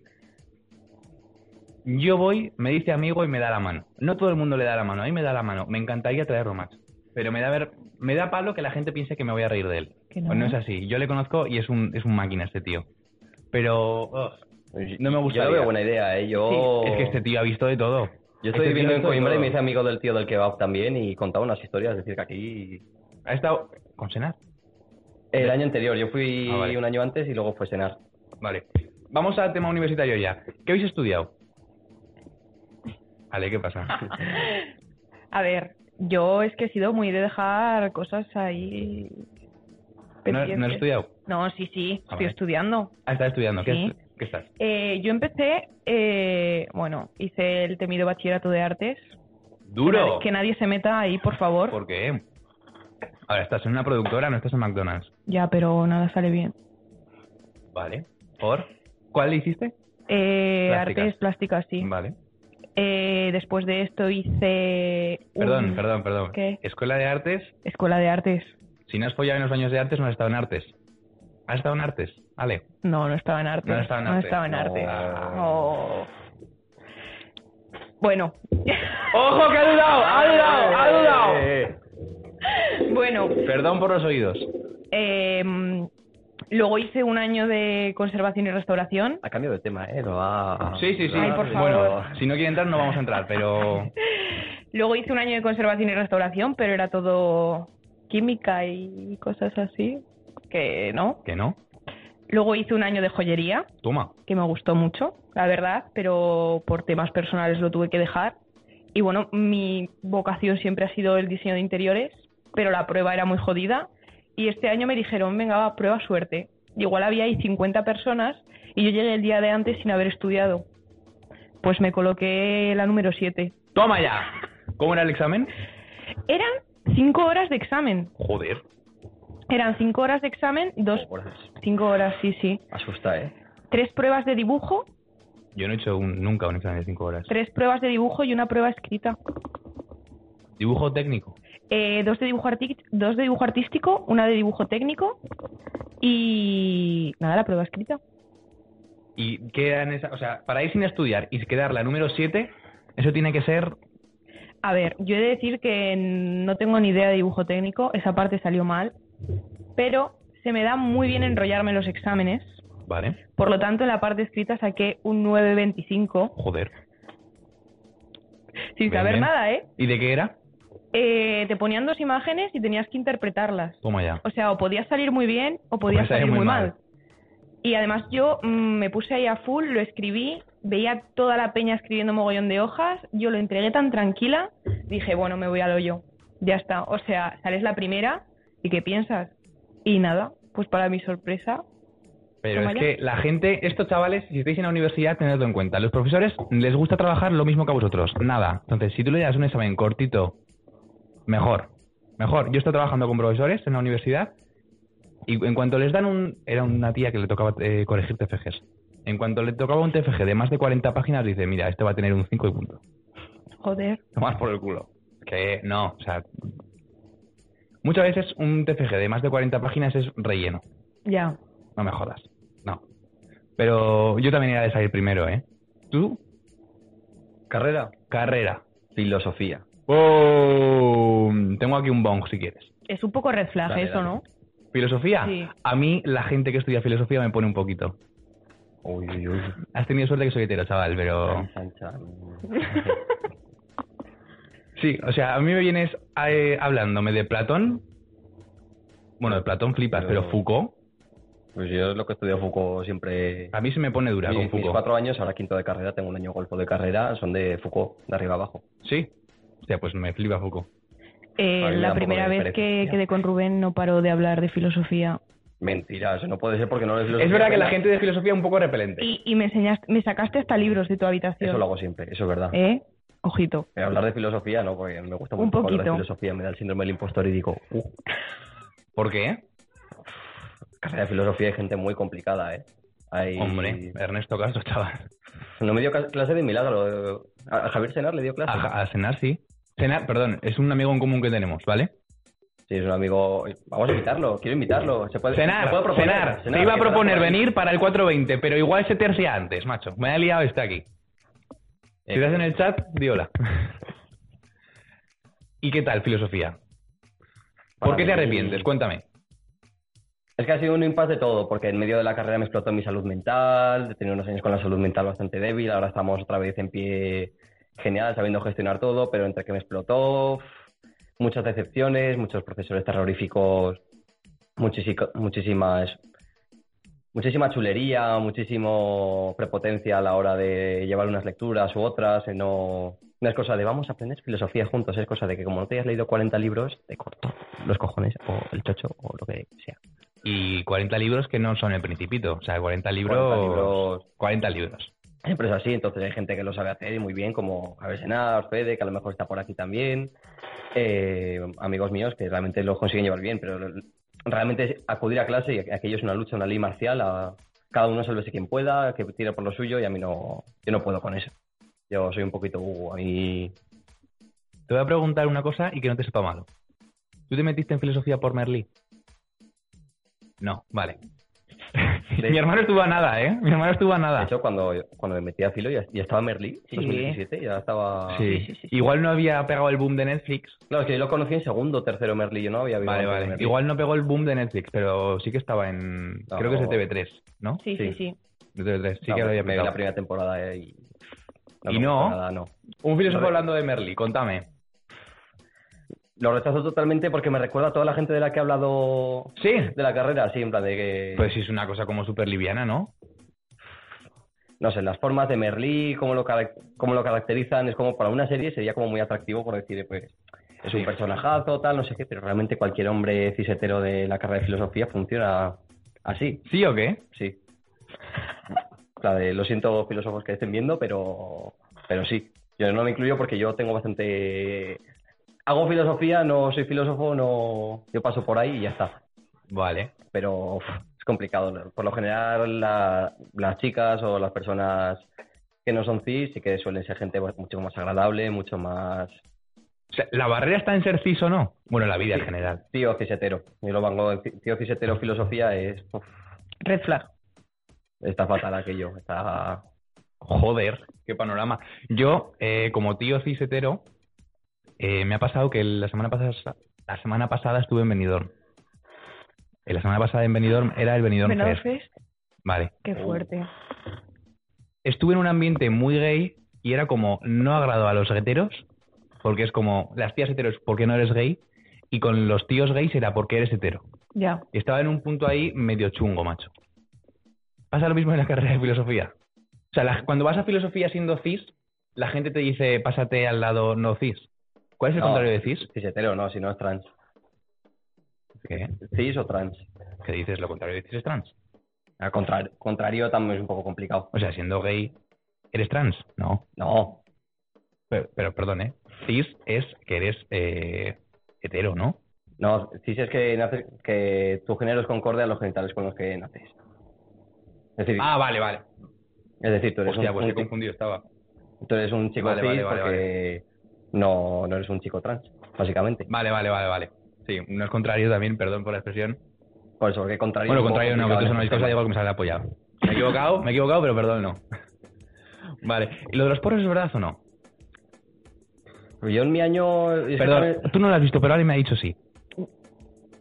[SPEAKER 1] Yo voy, me dice amigo y me da la mano. No todo el mundo le da la mano, a mí me da la mano. Me encantaría traerlo más. Pero me da, ver, me da palo que la gente piense que me voy a reír de él.
[SPEAKER 3] Que
[SPEAKER 1] Pues no es así. Yo le conozco y es un, es un máquina este tío. Pero oh, ugh, no me
[SPEAKER 2] Yo
[SPEAKER 1] gustaría.
[SPEAKER 2] lo veo buena idea, ¿eh? Yo,
[SPEAKER 1] Es que este tío ha visto de todo.
[SPEAKER 2] yo estoy
[SPEAKER 1] este
[SPEAKER 2] viviendo
[SPEAKER 1] tío ha
[SPEAKER 2] en
[SPEAKER 1] visto de
[SPEAKER 2] Coimbra y
[SPEAKER 1] todo.
[SPEAKER 2] me hice amigo del tío del kebab también y contaba unas historias, es decir, que aquí...
[SPEAKER 1] Ha estado con Senar.
[SPEAKER 2] El año anterior, yo fui
[SPEAKER 1] Ah, vale.
[SPEAKER 2] un año antes y luego fue cenar.
[SPEAKER 1] Vale. Vamos al tema universitario ya. ¿Qué habéis estudiado? Vale, ¿qué pasa?
[SPEAKER 3] A ver, yo es que he sido muy de dejar cosas ahí.
[SPEAKER 1] ¿No, no
[SPEAKER 3] pendientes.
[SPEAKER 1] has estudiado?
[SPEAKER 3] No, sí, sí, estoy
[SPEAKER 1] Ah, vale.
[SPEAKER 3] estudiando.
[SPEAKER 1] Ah, estás estudiando. ¿Qué,
[SPEAKER 3] Sí.
[SPEAKER 1] es- qué estás?
[SPEAKER 3] Eh, yo empecé, eh, bueno, hice el temido bachillerato de artes. Que
[SPEAKER 1] ¡Duro!
[SPEAKER 3] nadie- Que nadie se meta ahí, por favor.
[SPEAKER 1] ¿Por qué? Ahora estás en una productora, no estás en McDonald's.
[SPEAKER 3] Ya, pero nada sale bien.
[SPEAKER 1] Vale. ¿Por? ¿Cuál le hiciste?
[SPEAKER 3] Eh,
[SPEAKER 1] Plásticas.
[SPEAKER 3] artes plásticas, sí.
[SPEAKER 1] Vale.
[SPEAKER 3] Eh, después de esto hice. un-
[SPEAKER 1] Perdón, perdón, perdón.
[SPEAKER 3] ¿Qué?
[SPEAKER 1] Escuela de Artes.
[SPEAKER 3] Escuela de artes.
[SPEAKER 1] Si no has follado en los años de artes, no has estado en artes. ¿Has estado en artes? Vale.
[SPEAKER 3] No, no estaba en artes.
[SPEAKER 1] No estaba en
[SPEAKER 3] No
[SPEAKER 1] artes.
[SPEAKER 3] estaba en artes.
[SPEAKER 2] No.
[SPEAKER 3] No. Bueno,
[SPEAKER 1] ¡Ojo que ha dudado! ¡Ha
[SPEAKER 2] Eh,
[SPEAKER 1] dudado! ¡Ha dudado!
[SPEAKER 3] bueno,
[SPEAKER 1] Eh, Perdón por los oídos.
[SPEAKER 3] em, luego hice un año de conservación y restauración.
[SPEAKER 2] Ha cambiado de tema, ¿eh? Lo va...
[SPEAKER 1] Sí, sí, sí.
[SPEAKER 3] Ay, por
[SPEAKER 1] bueno,
[SPEAKER 3] favor.
[SPEAKER 1] si no quiere entrar, no vamos a entrar, pero.
[SPEAKER 3] Luego hice un año de conservación y restauración, pero era todo química y cosas así, que no.
[SPEAKER 1] Que no.
[SPEAKER 3] Luego hice un año de joyería,
[SPEAKER 1] Toma.
[SPEAKER 3] que me gustó mucho, la verdad, pero por temas personales lo tuve que dejar. Y bueno, mi vocación siempre ha sido el diseño de interiores, pero la prueba era muy jodida. Y este año me dijeron, venga, va, prueba suerte. Y igual había ahí 50 personas y yo llegué el día de antes sin haber estudiado. Pues me coloqué la número 7.
[SPEAKER 1] ¡Toma ya! ¿Cómo era el examen?
[SPEAKER 3] Eran 5 horas de examen.
[SPEAKER 1] Joder.
[SPEAKER 3] Eran 5 horas de examen, dos,
[SPEAKER 2] Horas.
[SPEAKER 3] 5 horas, sí, sí.
[SPEAKER 2] Asusta, ¿eh?
[SPEAKER 3] Tres pruebas de dibujo,
[SPEAKER 1] Yo no he hecho un- nunca un examen de 5 horas.
[SPEAKER 3] tres pruebas de dibujo y una prueba escrita.
[SPEAKER 1] Dibujo técnico.
[SPEAKER 3] Eh, dos, de dibujo arti- dos de dibujo artístico, una de dibujo técnico y nada, la prueba escrita.
[SPEAKER 1] Y quedan esa. O sea, para ir sin estudiar y quedar la número 7, eso tiene que ser.
[SPEAKER 3] A ver, yo he de decir que no tengo ni idea de dibujo técnico, esa parte salió mal, pero se me da muy bien enrollarme en los exámenes.
[SPEAKER 1] Vale.
[SPEAKER 3] Por lo tanto, en la parte escrita saqué un 9.25
[SPEAKER 1] Joder.
[SPEAKER 3] sin
[SPEAKER 1] Bien,
[SPEAKER 3] saber
[SPEAKER 1] bien.
[SPEAKER 3] nada, ¿eh?
[SPEAKER 1] ¿Y de qué era?
[SPEAKER 3] Eh, Te ponían dos imágenes y tenías que interpretarlas.
[SPEAKER 1] Toma ya.
[SPEAKER 3] O sea, o podía salir muy bien o podía
[SPEAKER 1] podía
[SPEAKER 3] salir muy, mal. Y además yo mm, me puse ahí a full, lo escribí, veía toda la peña escribiendo mogollón de hojas, yo lo entregué tan tranquila, dije, bueno, me voy al hoyo, ya está. O sea, sales la primera y ¿qué piensas? Y nada, pues para mi sorpresa,
[SPEAKER 1] Pero
[SPEAKER 3] Toma
[SPEAKER 1] es
[SPEAKER 3] ya.
[SPEAKER 1] que la gente, estos chavales, si estáis en la universidad, tenedlo en cuenta. Los profesores les gusta trabajar lo mismo que a vosotros. Nada. Entonces, si tú le das un examen cortito, mejor. Mejor. Yo estoy trabajando con profesores en la universidad y en cuanto les dan un... Era una tía que le tocaba eh, corregir TFGs. En cuanto le tocaba un TFG de más de 40 páginas, dice, mira, este va a tener un 5 y punto.
[SPEAKER 3] joder,
[SPEAKER 1] Tomar por el culo. Que no, o sea... Muchas veces un TFG de más de 40 páginas es relleno.
[SPEAKER 3] ya.
[SPEAKER 1] No me jodas. No. Pero yo también era de salir primero, ¿eh? ¿Tú?
[SPEAKER 2] ¿Carrera?
[SPEAKER 1] Carrera.
[SPEAKER 2] Filosofía.
[SPEAKER 1] ¡Boom! Tengo aquí un bong si quieres.
[SPEAKER 3] Es un poco red flag
[SPEAKER 2] Dale,
[SPEAKER 3] eso,
[SPEAKER 2] dale.
[SPEAKER 3] ¿no?
[SPEAKER 1] ¿Filosofía?
[SPEAKER 3] Sí.
[SPEAKER 1] A mí la gente que estudia filosofía me pone un poquito.
[SPEAKER 2] Uy, uy, uy.
[SPEAKER 1] Has tenido suerte que soy hetero, chaval, pero...
[SPEAKER 2] Chan, chan, chan.
[SPEAKER 1] Sí, o sea, a mí me vienes eh, hablándome de Platón. Bueno, de Platón flipas,
[SPEAKER 2] Pero-
[SPEAKER 1] pero, Foucault.
[SPEAKER 2] Pues yo lo que he estudiado Foucault siempre...
[SPEAKER 1] A mí se me pone dura
[SPEAKER 2] mis,
[SPEAKER 1] con
[SPEAKER 2] mis
[SPEAKER 1] Foucault.
[SPEAKER 2] cuatro años, ahora quinto de carrera, tengo un año golfo de carrera, son de Foucault, de arriba abajo.
[SPEAKER 1] Sí. O sea, pues me flipa Foucault.
[SPEAKER 3] Eh,
[SPEAKER 2] A mí me da
[SPEAKER 3] la
[SPEAKER 2] un poco de
[SPEAKER 3] primera vez que
[SPEAKER 2] pereza.
[SPEAKER 3] quedé con Rubén no paró de hablar de filosofía.
[SPEAKER 2] Mentira, eso no puede ser porque no lo
[SPEAKER 1] Es verdad que la gente de filosofía es un poco repelente.
[SPEAKER 3] Y, y me, enseñaste, me sacaste hasta libros de tu habitación.
[SPEAKER 2] Eso lo hago siempre, eso es verdad.
[SPEAKER 3] ¿Eh? Ojito.
[SPEAKER 2] Pero hablar de filosofía no, porque me gusta
[SPEAKER 3] Un
[SPEAKER 2] mucho hablar de
[SPEAKER 3] poquito.
[SPEAKER 2] filosofía, me da el síndrome del impostor y digo, uh,
[SPEAKER 1] ¿Por qué?
[SPEAKER 2] carrera de filosofía hay gente muy complicada, ¿eh? Hay...
[SPEAKER 1] Hombre, Ernesto Castro, chaval.
[SPEAKER 2] No me dio ca- clase de milagro. eh, A a Javier Senar le dio clase.
[SPEAKER 1] A, ja- a cenar, sí. Cenar, perdón, es un amigo en común que tenemos, ¿vale?
[SPEAKER 2] Sí, es un amigo. Vamos a invitarlo, quiero invitarlo. Se puede,
[SPEAKER 1] Cenar,
[SPEAKER 2] se puede proponer,
[SPEAKER 1] cenar.
[SPEAKER 2] cenar,
[SPEAKER 1] Te iba a
[SPEAKER 2] que está
[SPEAKER 1] proponer
[SPEAKER 2] por ahí.
[SPEAKER 1] venir para el 420, pero igual se tercia antes, macho. Me ha liado este aquí. Si estás en el chat, di hola. ¿Y qué tal, filosofía? ¿Por
[SPEAKER 2] Para
[SPEAKER 1] qué te
[SPEAKER 2] mí-
[SPEAKER 1] arrepientes? Cuéntame.
[SPEAKER 2] Es que ha sido un impasse de todo, porque en medio de la carrera me explotó mi salud mental, he tenido unos años con la salud mental bastante débil, ahora estamos otra vez en pie genial, sabiendo gestionar todo, pero entre que me explotó, uf, muchas decepciones, muchos profesores terroríficos, muchísico- muchísimas, muchísima chulería, muchísimo prepotencia a la hora de llevar unas lecturas u otras, eh, no... No es cosa de vamos a aprender filosofía juntos, es cosa de que como no te hayas leído 40 libros, te corto los cojones o el chocho o lo que sea.
[SPEAKER 1] Y 40 libros que no son el principito. O sea, 40 libros...
[SPEAKER 2] 40 libros.
[SPEAKER 1] 40 libros.
[SPEAKER 2] Siempre es así, entonces hay gente que lo sabe hacer y muy bien, como Javier Senar, Fede, que a lo mejor está por aquí también. Eh, amigos míos que realmente lo consiguen llevar bien, pero lo- realmente acudir a clase y aquello es una lucha, una ley marcial. A, cada uno sálvese quien pueda, que tire por lo suyo y a mí no, yo no puedo con eso. Yo soy un poquito Hugo, a mí
[SPEAKER 1] Te voy a preguntar una cosa y que no te sepa malo. ¿Tú te metiste en filosofía por Merlí? No, vale.
[SPEAKER 2] De-
[SPEAKER 1] Mi hermano estuvo a nada, ¿eh? Mi hermano estuvo a
[SPEAKER 2] De
[SPEAKER 1] nada.
[SPEAKER 2] hecho, cuando, cuando me metí a filo ya, ya estaba Merlí,
[SPEAKER 3] Sí.
[SPEAKER 2] 2017, ya estaba...
[SPEAKER 1] Sí.
[SPEAKER 3] sí, sí, sí.
[SPEAKER 1] Igual no había pegado el boom de Netflix.
[SPEAKER 2] No, es que yo lo conocí en segundo, tercero Merlí, yo no había visto
[SPEAKER 1] Vale,
[SPEAKER 2] antes de
[SPEAKER 1] vale.
[SPEAKER 2] Merlí.
[SPEAKER 1] Igual no pegó el boom de Netflix, pero sí que estaba en.
[SPEAKER 2] No.
[SPEAKER 1] Creo que es de TV3, ¿no?
[SPEAKER 3] Sí,
[SPEAKER 2] Sí.
[SPEAKER 3] sí, sí.
[SPEAKER 1] De TV3, sí
[SPEAKER 2] No,
[SPEAKER 1] que lo había
[SPEAKER 2] me vi la
[SPEAKER 1] pegado.
[SPEAKER 2] primera temporada eh, y...
[SPEAKER 1] Y
[SPEAKER 2] me
[SPEAKER 1] no.
[SPEAKER 2] gustó nada, no.
[SPEAKER 1] Un filósofo
[SPEAKER 2] Re-
[SPEAKER 1] hablando de Merly, contame.
[SPEAKER 2] Lo rechazo totalmente porque me recuerda a toda la gente de la que he hablado
[SPEAKER 1] Sí.
[SPEAKER 2] de la carrera, sí, en plan de que...
[SPEAKER 1] Pues sí, es una cosa como súper liviana, ¿no?
[SPEAKER 2] no sé, las formas de Merlí, cómo lo, carac- cómo lo caracterizan, es como para una serie sería como muy atractivo por decir, pues, es un
[SPEAKER 1] Sí.
[SPEAKER 2] personajazo, tal, no sé qué, pero realmente cualquier hombre cisetero de la carrera de filosofía funciona así,
[SPEAKER 1] ¿Sí o qué?
[SPEAKER 2] sí. La de, lo siento, filósofos que estén viendo, pero, pero sí. Yo no me incluyo porque yo tengo bastante... Hago filosofía, no soy filósofo, no... Yo paso por ahí y ya está
[SPEAKER 1] Vale.
[SPEAKER 2] pero uf, es complicado. Por lo general, la- las chicas o las personas que no son cis sí que suelen ser gente pues, mucho más agradable, mucho más
[SPEAKER 1] O sea, la barrera está en ser cis o no. Bueno, la vida en
[SPEAKER 2] Sí.
[SPEAKER 1] general.
[SPEAKER 2] tío cisetero. Yo lo banco, en tío cisetero filosofía es, uf,
[SPEAKER 3] Red flag.
[SPEAKER 2] está fatal aquello, está...
[SPEAKER 1] Joder, qué panorama. Yo, eh, como tío cisetero, eh, me ha pasado que la semana pasada, la semana pasada estuve en Benidorm. Eh, la semana pasada en Benidorm era el Benidorm
[SPEAKER 3] Venado
[SPEAKER 1] Fest.
[SPEAKER 3] Fest,
[SPEAKER 1] Vale.
[SPEAKER 3] qué
[SPEAKER 2] Oh.
[SPEAKER 3] fuerte.
[SPEAKER 1] Estuve en un ambiente muy gay y era como, no agrado a los heteros, porque es como, las tías heteros, ¿por qué no eres gay? Y con los tíos gays era, ¿por qué eres hetero?
[SPEAKER 3] Ya.
[SPEAKER 1] Y estaba en un punto ahí medio chungo, macho. Pasa lo mismo en la carrera de filosofía. O sea, la- cuando vas a filosofía siendo cis, la gente te dice, pásate al lado no cis. ¿Cuál es el
[SPEAKER 2] No.
[SPEAKER 1] contrario de cis?
[SPEAKER 2] Cisetero, no, si no es trans.
[SPEAKER 1] ¿Qué?
[SPEAKER 2] Cis o trans.
[SPEAKER 1] ¿Qué dices? Lo contrario de cis es trans.
[SPEAKER 2] Al contrario, contrario también es un poco complicado.
[SPEAKER 1] O sea, siendo gay, ¿eres trans? No.
[SPEAKER 2] No,
[SPEAKER 1] Pero, pero, perdón, ¿eh? Cis es que eres eh, hetero, ¿no?
[SPEAKER 2] no, cis es que, naces- que tu género es concorde a los genitales con los que naces. Es decir,
[SPEAKER 1] Ah, vale, vale.
[SPEAKER 2] es decir tú eres
[SPEAKER 1] Hostia,
[SPEAKER 2] un-
[SPEAKER 1] pues
[SPEAKER 2] un
[SPEAKER 1] he
[SPEAKER 2] ti-
[SPEAKER 1] confundido estaba.
[SPEAKER 2] Tú eres un chico
[SPEAKER 1] Vale,
[SPEAKER 2] cis
[SPEAKER 1] vale, vale,
[SPEAKER 2] porque No, no eres un chico trans, básicamente.
[SPEAKER 1] Vale, vale, vale, vale. Sí, no es contrario también, perdón por la expresión.
[SPEAKER 2] Por eso, porque contrario.
[SPEAKER 1] Bueno,
[SPEAKER 2] es un poco
[SPEAKER 1] contrario no, que tú
[SPEAKER 2] complicado
[SPEAKER 1] son
[SPEAKER 2] en
[SPEAKER 1] las
[SPEAKER 2] este
[SPEAKER 1] cosas, digo que me sale apoyado. Me he equivocado, me he equivocado, pero perdón, no. Vale, ¿y lo de los porros es verdad o no?
[SPEAKER 2] tema. pues, Yo en mi año. es que
[SPEAKER 1] Perdón,
[SPEAKER 2] también-
[SPEAKER 1] tú no lo has visto, pero alguien me ha dicho sí.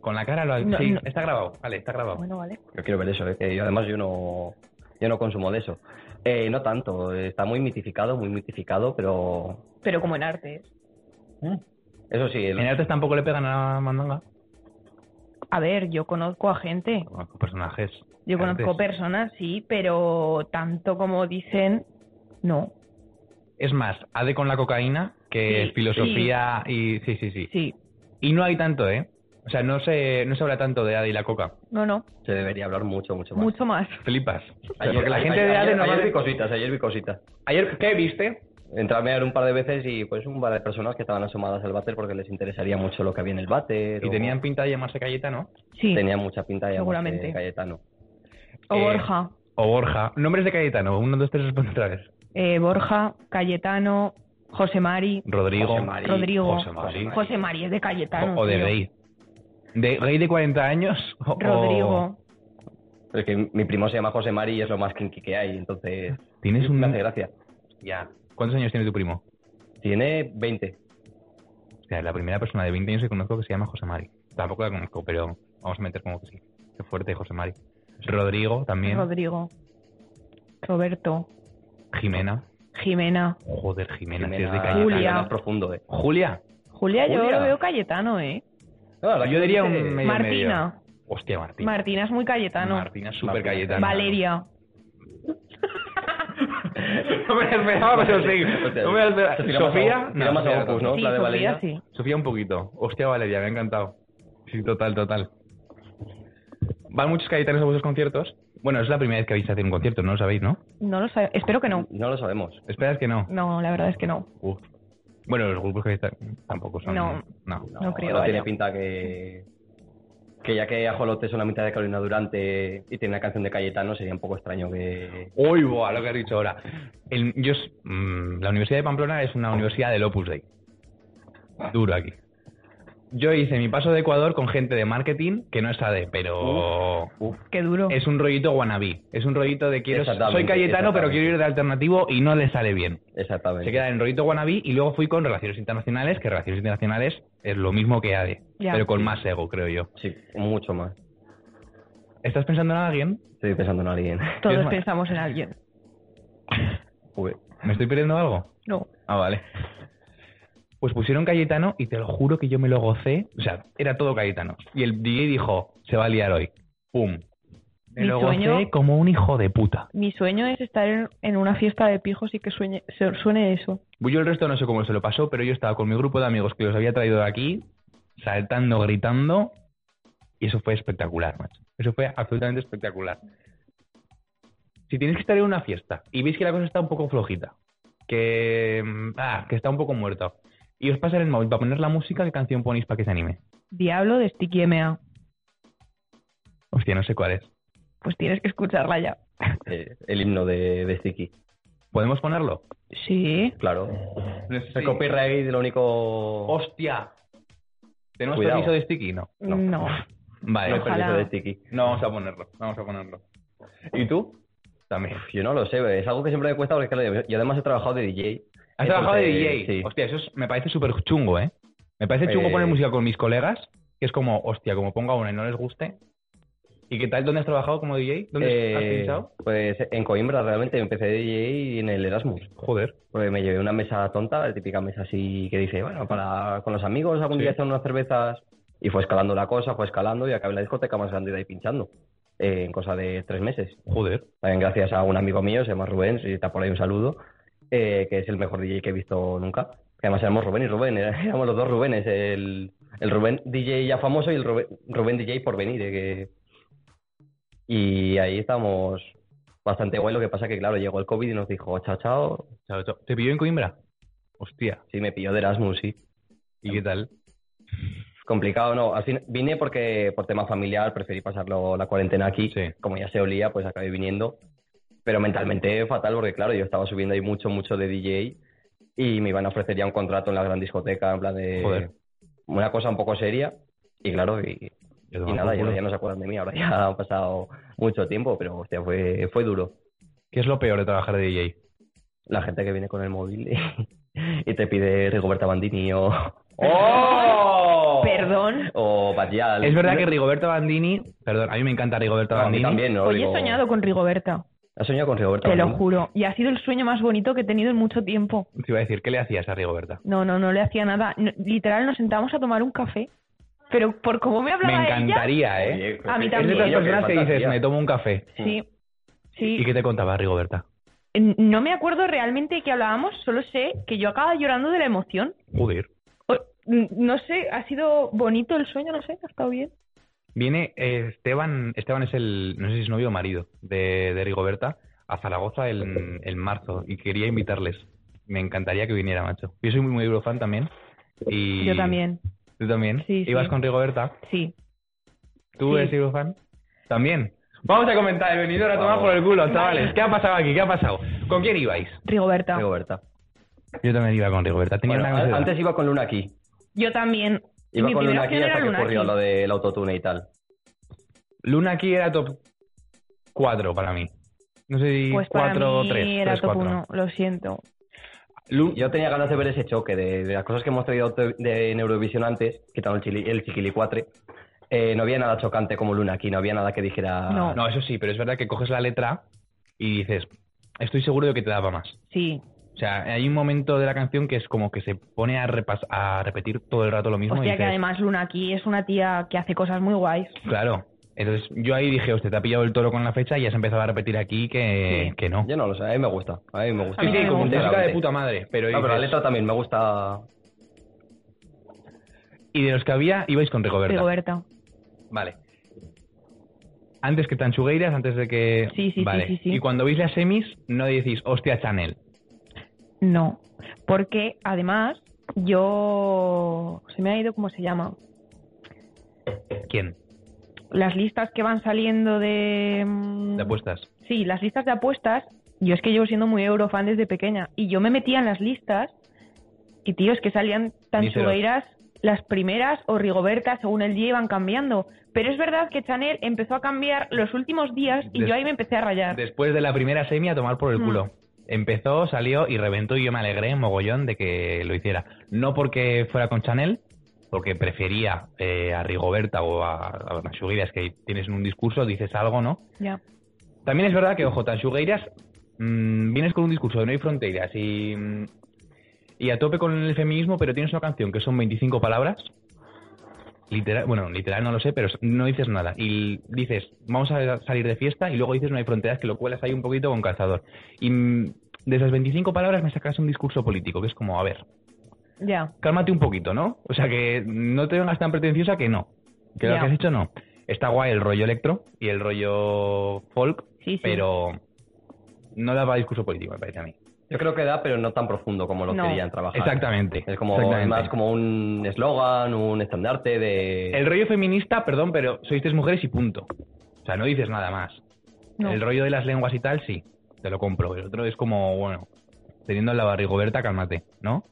[SPEAKER 1] Con la cara lo has...
[SPEAKER 3] No,
[SPEAKER 1] sí,
[SPEAKER 3] no.
[SPEAKER 1] está grabado, vale, está grabado.
[SPEAKER 3] Bueno, vale.
[SPEAKER 2] Yo quiero ver eso, eh, que yo, además yo no, yo no consumo de eso. Eh, no tanto, eh, está muy mitificado, muy mitificado, pero.
[SPEAKER 3] Pero como en artes.
[SPEAKER 2] ¿Eh? Eso sí, el-
[SPEAKER 1] ¿En artes tampoco le pegan a la mandanga?
[SPEAKER 3] A ver, yo conozco a gente.
[SPEAKER 1] Bueno, Personajes.
[SPEAKER 3] Yo conozco
[SPEAKER 1] Antes.
[SPEAKER 3] personas, sí, pero tanto como dicen, no.
[SPEAKER 1] Es más, AD con la cocaína que
[SPEAKER 3] Sí,
[SPEAKER 1] filosofía y... Sí, sí, sí,
[SPEAKER 3] Sí.
[SPEAKER 1] Y no hay tanto, ¿eh? O sea, no se, no se habla tanto de AD y la coca.
[SPEAKER 3] No, no.
[SPEAKER 2] se debería hablar mucho, mucho más.
[SPEAKER 3] Mucho más.
[SPEAKER 1] Flipas.
[SPEAKER 2] Ayer,
[SPEAKER 1] Porque la
[SPEAKER 2] ayer-
[SPEAKER 1] gente de
[SPEAKER 2] ayer-
[SPEAKER 1] AD no...
[SPEAKER 2] ayer vi cositas, ayer vi cositas.
[SPEAKER 1] Ayer, ¿qué viste?
[SPEAKER 2] Entré a mirar un par de veces y pues un par de personas que estaban asomadas al váter porque les interesaría mucho lo que había en el váter.
[SPEAKER 1] Y
[SPEAKER 2] o-
[SPEAKER 1] tenían pinta de llamarse Cayetano.
[SPEAKER 3] Sí.
[SPEAKER 2] tenía mucha pinta de llamarse
[SPEAKER 3] Seguramente.
[SPEAKER 2] Cayetano.
[SPEAKER 3] O
[SPEAKER 1] eh,
[SPEAKER 3] Borja.
[SPEAKER 1] O Borja. Nombres de Cayetano. Uno, dos, tres, responde otra vez.
[SPEAKER 3] Eh, Borja, Cayetano, José Mari.
[SPEAKER 1] Rodrigo.
[SPEAKER 2] José Mari.
[SPEAKER 3] Rodrigo.
[SPEAKER 1] José Mari.
[SPEAKER 3] José Mari es de Cayetano.
[SPEAKER 1] O, o de
[SPEAKER 3] tío.
[SPEAKER 1] rey. ¿De rey de 40 años? O, o-
[SPEAKER 3] Rodrigo.
[SPEAKER 2] Pero es que mi primo se llama José Mari y es lo más kinky que hay, entonces
[SPEAKER 1] ¿Tienes un...
[SPEAKER 2] me hace gracia.
[SPEAKER 1] Ya. ¿Cuántos años tiene tu primo?
[SPEAKER 2] Tiene 20.
[SPEAKER 1] O sea, la primera persona de 20 años que conozco que se llama José Mari. Tampoco la conozco, pero vamos a meter como que sí. Qué fuerte José Mari. Rodrigo también.
[SPEAKER 3] Rodrigo. Roberto.
[SPEAKER 1] Jimena.
[SPEAKER 3] Jimena.
[SPEAKER 1] Joder, Jimena. si es de
[SPEAKER 2] Jimena-
[SPEAKER 1] Cayetano.
[SPEAKER 3] Julia.
[SPEAKER 2] más profundo, eh.
[SPEAKER 1] Julia.
[SPEAKER 3] Julia, yo
[SPEAKER 2] Julia.
[SPEAKER 3] lo veo Cayetano, ¿eh?
[SPEAKER 2] No, la
[SPEAKER 1] Yo diría un
[SPEAKER 2] dice-
[SPEAKER 1] medio medio.
[SPEAKER 3] Martina.
[SPEAKER 1] Hostia, Martina.
[SPEAKER 3] Martina es muy Cayetano.
[SPEAKER 1] Martina, súper
[SPEAKER 2] Martina.
[SPEAKER 1] Cayetano.
[SPEAKER 3] Valeria.
[SPEAKER 1] No me la esperaba, pero sí.
[SPEAKER 2] Hostia,
[SPEAKER 1] No me la esperaba.
[SPEAKER 2] se tira más a-
[SPEAKER 1] Sofía,
[SPEAKER 2] tira más a
[SPEAKER 1] Sofía
[SPEAKER 2] Opus, ¿no?
[SPEAKER 3] Sí,
[SPEAKER 2] La de
[SPEAKER 3] Sofía,
[SPEAKER 2] Valeria.
[SPEAKER 3] sí.
[SPEAKER 1] Sofía un poquito. Hostia, Valeria, me ha encantado. Sí, total, total. Van muchos cayetanos a vuestros conciertos. Bueno, es la primera vez que habéis hecho un concierto, no lo sabéis, ¿no?
[SPEAKER 3] No lo sé. Espero que no.
[SPEAKER 2] No lo sabemos.
[SPEAKER 1] Esperas que no.
[SPEAKER 3] No, la verdad es que no.
[SPEAKER 1] Uf. Bueno, los grupos que está- tampoco son.
[SPEAKER 3] No. No creo,
[SPEAKER 2] No tiene
[SPEAKER 3] vaya.
[SPEAKER 2] pinta que. Que ya que Ajolote son la mitad de Carolina Durante y tiene una canción de Cayetano, sería un poco extraño que.
[SPEAKER 1] Uy, buah, lo que has dicho ahora. El- yo, s- mm, la Universidad de Pamplona es una universidad del Opus Dei. Duro aquí. Yo hice mi paso de Ecuador con gente de marketing que no es ADE, pero
[SPEAKER 2] Uf,
[SPEAKER 3] Qué duro.
[SPEAKER 1] es un rollito wannabe. Es un rollito de quiero soy
[SPEAKER 2] Exactamente,
[SPEAKER 1] cayetano, pero
[SPEAKER 2] exactamente.
[SPEAKER 1] quiero ir de alternativo y no le sale bien.
[SPEAKER 2] exactamente.
[SPEAKER 1] Se queda en rollito wannabe y luego fui con relaciones internacionales, que relaciones internacionales es lo mismo que ADE,
[SPEAKER 3] Ya.
[SPEAKER 1] pero con más ego, creo yo.
[SPEAKER 2] Sí, mucho más.
[SPEAKER 1] ¿Estás pensando en alguien?
[SPEAKER 2] Estoy pensando en alguien.
[SPEAKER 1] Dios
[SPEAKER 3] Todos
[SPEAKER 1] mío.
[SPEAKER 3] pensamos en alguien.
[SPEAKER 2] Joder.
[SPEAKER 1] ¿Me estoy perdiendo algo?
[SPEAKER 3] No.
[SPEAKER 1] Ah, vale. Pues pusieron Cayetano y te lo juro que yo me lo gocé. O sea, era todo Cayetano. Y el DJ dijo, se va a liar hoy. ¡Pum! Me
[SPEAKER 3] Mi
[SPEAKER 1] lo gocé
[SPEAKER 3] sueño-
[SPEAKER 1] como un hijo de puta.
[SPEAKER 3] Mi sueño es estar en, en una fiesta de pijos y que sueñe, se- suene eso.
[SPEAKER 1] Pues Yo el resto no sé cómo se lo pasó, pero yo estaba con mi grupo de amigos que los había traído de aquí, saltando, gritando, y eso fue espectacular, macho. Eso fue absolutamente espectacular. Si tenéis que estar en una fiesta y veis que la cosa está un poco flojita, que, mm, ah, que está un poco muerta, y os pasa en el móvil para poner la música, ¿qué canción ponéis para que se anime?
[SPEAKER 3] Diablo de Sticky MA.
[SPEAKER 1] Hostia, no sé cuál es.
[SPEAKER 3] Pues tienes que escucharla ya.
[SPEAKER 2] Eh, el himno de, de Sticky.
[SPEAKER 1] ¿Podemos ponerlo?
[SPEAKER 3] Sí.
[SPEAKER 2] Claro.
[SPEAKER 1] No sé
[SPEAKER 2] El copyright es lo único.
[SPEAKER 1] ¡Hostia! ¿Tenemos
[SPEAKER 2] Cuidado.
[SPEAKER 1] permiso de Sticky? No.
[SPEAKER 2] No.
[SPEAKER 3] No.
[SPEAKER 1] Vale.
[SPEAKER 2] no permiso
[SPEAKER 3] Ojalá.
[SPEAKER 2] de Sticky.
[SPEAKER 1] No vamos a ponerlo, no vamos a ponerlo. ¿Y tú? También.
[SPEAKER 2] Yo no lo sé, es algo que siempre me cuesta porque claro, yo- yo además he trabajado de DJ.
[SPEAKER 1] Has trabajado de DJ.
[SPEAKER 2] Entonces, sí.
[SPEAKER 1] Hostia, eso es- me parece súper chungo, ¿eh? Me parece chungo
[SPEAKER 2] Eh.
[SPEAKER 1] poner música con mis colegas, que es como, hostia, como ponga una y no les guste. ¿Y qué tal? ¿Dónde has trabajado como DJ? ¿Dónde has
[SPEAKER 2] Eh,
[SPEAKER 1] pinchado?
[SPEAKER 2] Pues en Coimbra realmente empecé de DJ en el Erasmus.
[SPEAKER 1] Joder.
[SPEAKER 2] Porque me llevé una mesa tonta, la típica mesa así que dice, bueno, para con los amigos algún
[SPEAKER 1] Sí.
[SPEAKER 2] día hacer unas cervezas. Y fue escalando la cosa, fue escalando y acabé en la discoteca más grande de ahí pinchando. eh, en cosa de tres meses.
[SPEAKER 1] Joder.
[SPEAKER 2] También gracias a un amigo mío, se llama Rubén, si está por ahí un saludo, eh, que es el mejor DJ que he visto nunca. Que Además éramos Rubén y Rubén, era- éramos los dos Rubénes, el, el Rubén DJ ya famoso y el Rubén, Rubén DJ por venir. eh, que- Y ahí estamos bastante guay, lo que pasa que claro, llegó el COVID y nos dijo, chao, chao,
[SPEAKER 1] Chao, chao. ¿Te pilló en Coimbra? Hostia.
[SPEAKER 2] sí, me pilló de Erasmus, sí.
[SPEAKER 1] ¿Y qué tal?
[SPEAKER 2] Complicado, no, al fin vine porque por tema familiar preferí pasarlo la cuarentena aquí.
[SPEAKER 1] Sí.
[SPEAKER 2] como ya se olía, pues acabé viniendo. Pero mentalmente fatal, porque claro, yo estaba subiendo ahí mucho, mucho de DJ y me iban a ofrecer ya un contrato en la gran discoteca, en plan de
[SPEAKER 1] Joder.
[SPEAKER 2] una cosa un poco seria. Y claro, y,
[SPEAKER 1] Yo
[SPEAKER 2] y
[SPEAKER 1] tomo
[SPEAKER 2] nada,
[SPEAKER 1] por
[SPEAKER 2] ya,
[SPEAKER 1] culo.
[SPEAKER 2] ya no se acuerdan de mí, ahora ya ha pasado mucho tiempo, pero hostia, fue, fue duro.
[SPEAKER 1] ¿Qué es lo peor de trabajar de DJ?
[SPEAKER 2] La gente que viene con el móvil y, te pide Rigoberta Bandini o...
[SPEAKER 1] ¡Oh!
[SPEAKER 3] Perdón.
[SPEAKER 2] O Batial.
[SPEAKER 1] Es verdad que Rigoberto Bandini, perdón, a mí me encanta Rigoberto
[SPEAKER 2] No, a mí
[SPEAKER 1] Bandini.
[SPEAKER 2] también, ¿no?
[SPEAKER 3] Hoy
[SPEAKER 2] Digo,
[SPEAKER 3] he soñado con Rigoberta.
[SPEAKER 2] ¿Has soñado con Rigoberta
[SPEAKER 3] Te lo
[SPEAKER 2] Bandini?
[SPEAKER 3] juro. Y ha sido el sueño más bonito que he tenido en mucho tiempo.
[SPEAKER 1] Te iba a decir, ¿qué le hacías a Rigoberta?
[SPEAKER 3] No, no, no le hacía nada. No- literal, nos sentamos a tomar un café. Pero por cómo me
[SPEAKER 1] Me
[SPEAKER 3] hablaba ella...
[SPEAKER 1] encantaría, ¿eh?
[SPEAKER 2] Oye,
[SPEAKER 3] A mí
[SPEAKER 2] es de
[SPEAKER 1] Es de
[SPEAKER 3] también.
[SPEAKER 1] esas
[SPEAKER 2] esas
[SPEAKER 1] personas que dices,
[SPEAKER 2] fantasía.
[SPEAKER 1] me tomo un café.
[SPEAKER 3] Sí.
[SPEAKER 1] ¿Y
[SPEAKER 3] Sí.
[SPEAKER 1] qué te contaba Rigoberta?
[SPEAKER 3] No me acuerdo realmente de qué hablábamos. Solo sé que yo acababa llorando de la emoción.
[SPEAKER 1] Joder.
[SPEAKER 3] O- n- No sé, ha sido bonito el sueño, no sé, ha estado bien.
[SPEAKER 1] Viene eh, Esteban, Esteban es el, no sé si es novio o marido de, de Rigoberta, a Zaragoza en, en marzo y quería invitarles. Me encantaría que viniera, macho. Yo soy muy, muy eurofan también. Y
[SPEAKER 3] Yo también,
[SPEAKER 1] ¿Tú también?
[SPEAKER 3] Sí, sí.
[SPEAKER 1] ¿Ibas con Rigoberta?
[SPEAKER 3] sí.
[SPEAKER 1] ¿Tú
[SPEAKER 3] Sí.
[SPEAKER 1] eres eurofan? También. Vamos a comentar el venidor a tomar por el culo, chavales. ¿Qué ha pasado aquí? ¿Qué ha pasado? ¿Con quién ibais?
[SPEAKER 3] Rigoberta.
[SPEAKER 2] Rigoberta.
[SPEAKER 1] Yo también iba con Rigoberta. Tenía
[SPEAKER 2] Bueno,
[SPEAKER 1] una
[SPEAKER 2] a-
[SPEAKER 1] camiseta.
[SPEAKER 2] antes iba con Luna aquí.
[SPEAKER 3] Yo también.
[SPEAKER 2] Iba
[SPEAKER 3] Mi
[SPEAKER 2] con Luna
[SPEAKER 3] primera
[SPEAKER 2] aquí
[SPEAKER 3] opción
[SPEAKER 2] hasta
[SPEAKER 3] era
[SPEAKER 2] que
[SPEAKER 3] Luna
[SPEAKER 2] ocurrió
[SPEAKER 3] aquí.
[SPEAKER 2] lo del autotune y tal.
[SPEAKER 1] Luna aquí era top 4 para mí. No sé si
[SPEAKER 3] Pues para
[SPEAKER 1] 4 o
[SPEAKER 3] mí
[SPEAKER 1] 3.
[SPEAKER 3] era top uno, lo siento.
[SPEAKER 2] Yo tenía ganas de ver ese choque de, de las cosas que hemos traído te- de en Eurovisión antes, quitando el, chili, el chiquilicuatre. Eh, no había nada chocante como Luna aquí, no había nada que dijera.
[SPEAKER 3] No.
[SPEAKER 1] No, eso sí, pero es verdad que coges la letra y dices, estoy seguro de que te daba más.
[SPEAKER 3] Sí.
[SPEAKER 1] O sea, hay un momento de la canción que es como que se pone a, repas- a repetir todo el rato lo mismo. y
[SPEAKER 3] Hostia, que
[SPEAKER 1] dices,
[SPEAKER 3] además Luna aquí es una tía que hace cosas muy guays.
[SPEAKER 1] Claro. Entonces yo ahí dije, usted te ha pillado el toro con la fecha y ya se empezaba a repetir aquí que,
[SPEAKER 3] Sí.
[SPEAKER 1] que no.
[SPEAKER 2] Yo no lo sé, a mí me gusta. A mí me gusta.
[SPEAKER 3] A mí
[SPEAKER 1] Sí, sí,
[SPEAKER 3] me
[SPEAKER 1] como
[SPEAKER 3] gusta.
[SPEAKER 1] música de
[SPEAKER 2] Sinceramente.
[SPEAKER 1] puta madre. Pero,
[SPEAKER 2] No, pero la
[SPEAKER 1] dices-
[SPEAKER 2] letra también me gusta.
[SPEAKER 1] Y de los que había, ibais con Rigoberta.
[SPEAKER 3] Rigoberta.
[SPEAKER 1] Vale. Antes que Tanchugueiras, antes de que...
[SPEAKER 3] Sí, sí, sí,
[SPEAKER 1] Vale.
[SPEAKER 3] sí, sí.
[SPEAKER 1] Y cuando veis las semis, no decís, hostia, Chanel.
[SPEAKER 3] No. Porque además yo... Se me ha ido cómo se llama.
[SPEAKER 1] ¿Quién?
[SPEAKER 3] Las listas que van saliendo de... mm,
[SPEAKER 1] De apuestas.
[SPEAKER 3] Sí, las listas de apuestas. Yo es que llevo siendo muy eurofan desde pequeña. Y yo me metía en las listas. Y tío, es que salían tan
[SPEAKER 1] Míseros.
[SPEAKER 3] chugueiras las primeras o Rigoberta, según el día, iban cambiando. Pero es verdad que Chanel empezó a cambiar los últimos días y
[SPEAKER 1] Des-
[SPEAKER 3] yo ahí me empecé a rayar.
[SPEAKER 1] Después de la primera semi a tomar por el
[SPEAKER 3] Mm.
[SPEAKER 1] culo. Empezó, salió y reventó y yo me alegré mogollón de que lo hiciera. No porque fuera con Chanel, porque prefería eh, a Rigoberta o a, a Tanchugueiras, que tienes un discurso, dices algo, ¿no?
[SPEAKER 3] Ya.
[SPEAKER 1] También es verdad que, ojo, Tanchugueiras, mm, vienes con un discurso de no hay fronteras y, mm, y a tope con el feminismo, pero tienes una canción que son 25 palabras. Literal, bueno, literal no lo sé, pero no dices nada. Y dices, vamos a salir de fiesta y luego dices no hay fronteras, que lo cuelas ahí un poquito con calzador. Y mm, de esas 25 palabras me sacas un discurso político, que es como, a ver,
[SPEAKER 3] Ya.
[SPEAKER 1] cálmate un poquito, ¿no? O sea, que no te vengas tan pretenciosa que no. Que lo
[SPEAKER 3] Ya.
[SPEAKER 1] que has hecho no. Está guay el rollo electro y el rollo folk,
[SPEAKER 3] Sí, sí.
[SPEAKER 1] pero no daba discurso político, me parece a mí.
[SPEAKER 2] Yo creo que da, pero no tan profundo como lo
[SPEAKER 3] No.
[SPEAKER 2] querían trabajar.
[SPEAKER 1] Exactamente.
[SPEAKER 2] Es como
[SPEAKER 1] exactamente.
[SPEAKER 2] más como un eslogan, un estandarte de...
[SPEAKER 1] El rollo feminista, perdón, pero sois tres mujeres y punto. O sea, no dices nada más.
[SPEAKER 3] No.
[SPEAKER 1] El rollo de las lenguas y tal, sí, te lo compro. El otro es como, bueno, teniendo la Rigoberta, cálmate, ¿no?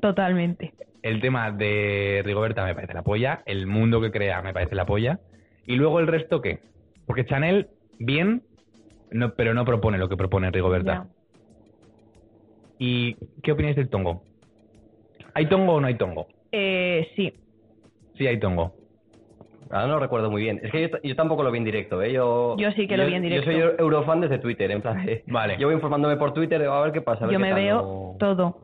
[SPEAKER 3] Totalmente.
[SPEAKER 1] El tema de Rigoberta me parece la polla, el mundo que crea me parece la polla. Y luego el resto, ¿qué? Porque Chanel, bien, no, pero no propone lo que propone Rigoberta.
[SPEAKER 3] Ya.
[SPEAKER 1] ¿Y qué opináis del tongo? ¿Hay tongo o no hay tongo?
[SPEAKER 3] Eh, sí.
[SPEAKER 1] Sí, hay tongo.
[SPEAKER 2] Ahora Ah, no lo recuerdo muy bien. Es que yo, t- yo tampoco lo vi en directo, ¿eh? Yo,
[SPEAKER 3] Yo sí que lo vi en directo.
[SPEAKER 2] Yo soy eu- eurofan desde Twitter, en plan de-
[SPEAKER 1] Vale.
[SPEAKER 2] Yo voy informándome por Twitter, a ver qué pasa. a ver
[SPEAKER 3] Yo
[SPEAKER 2] qué
[SPEAKER 3] me
[SPEAKER 2] tal,
[SPEAKER 3] veo
[SPEAKER 2] no-
[SPEAKER 3] todo.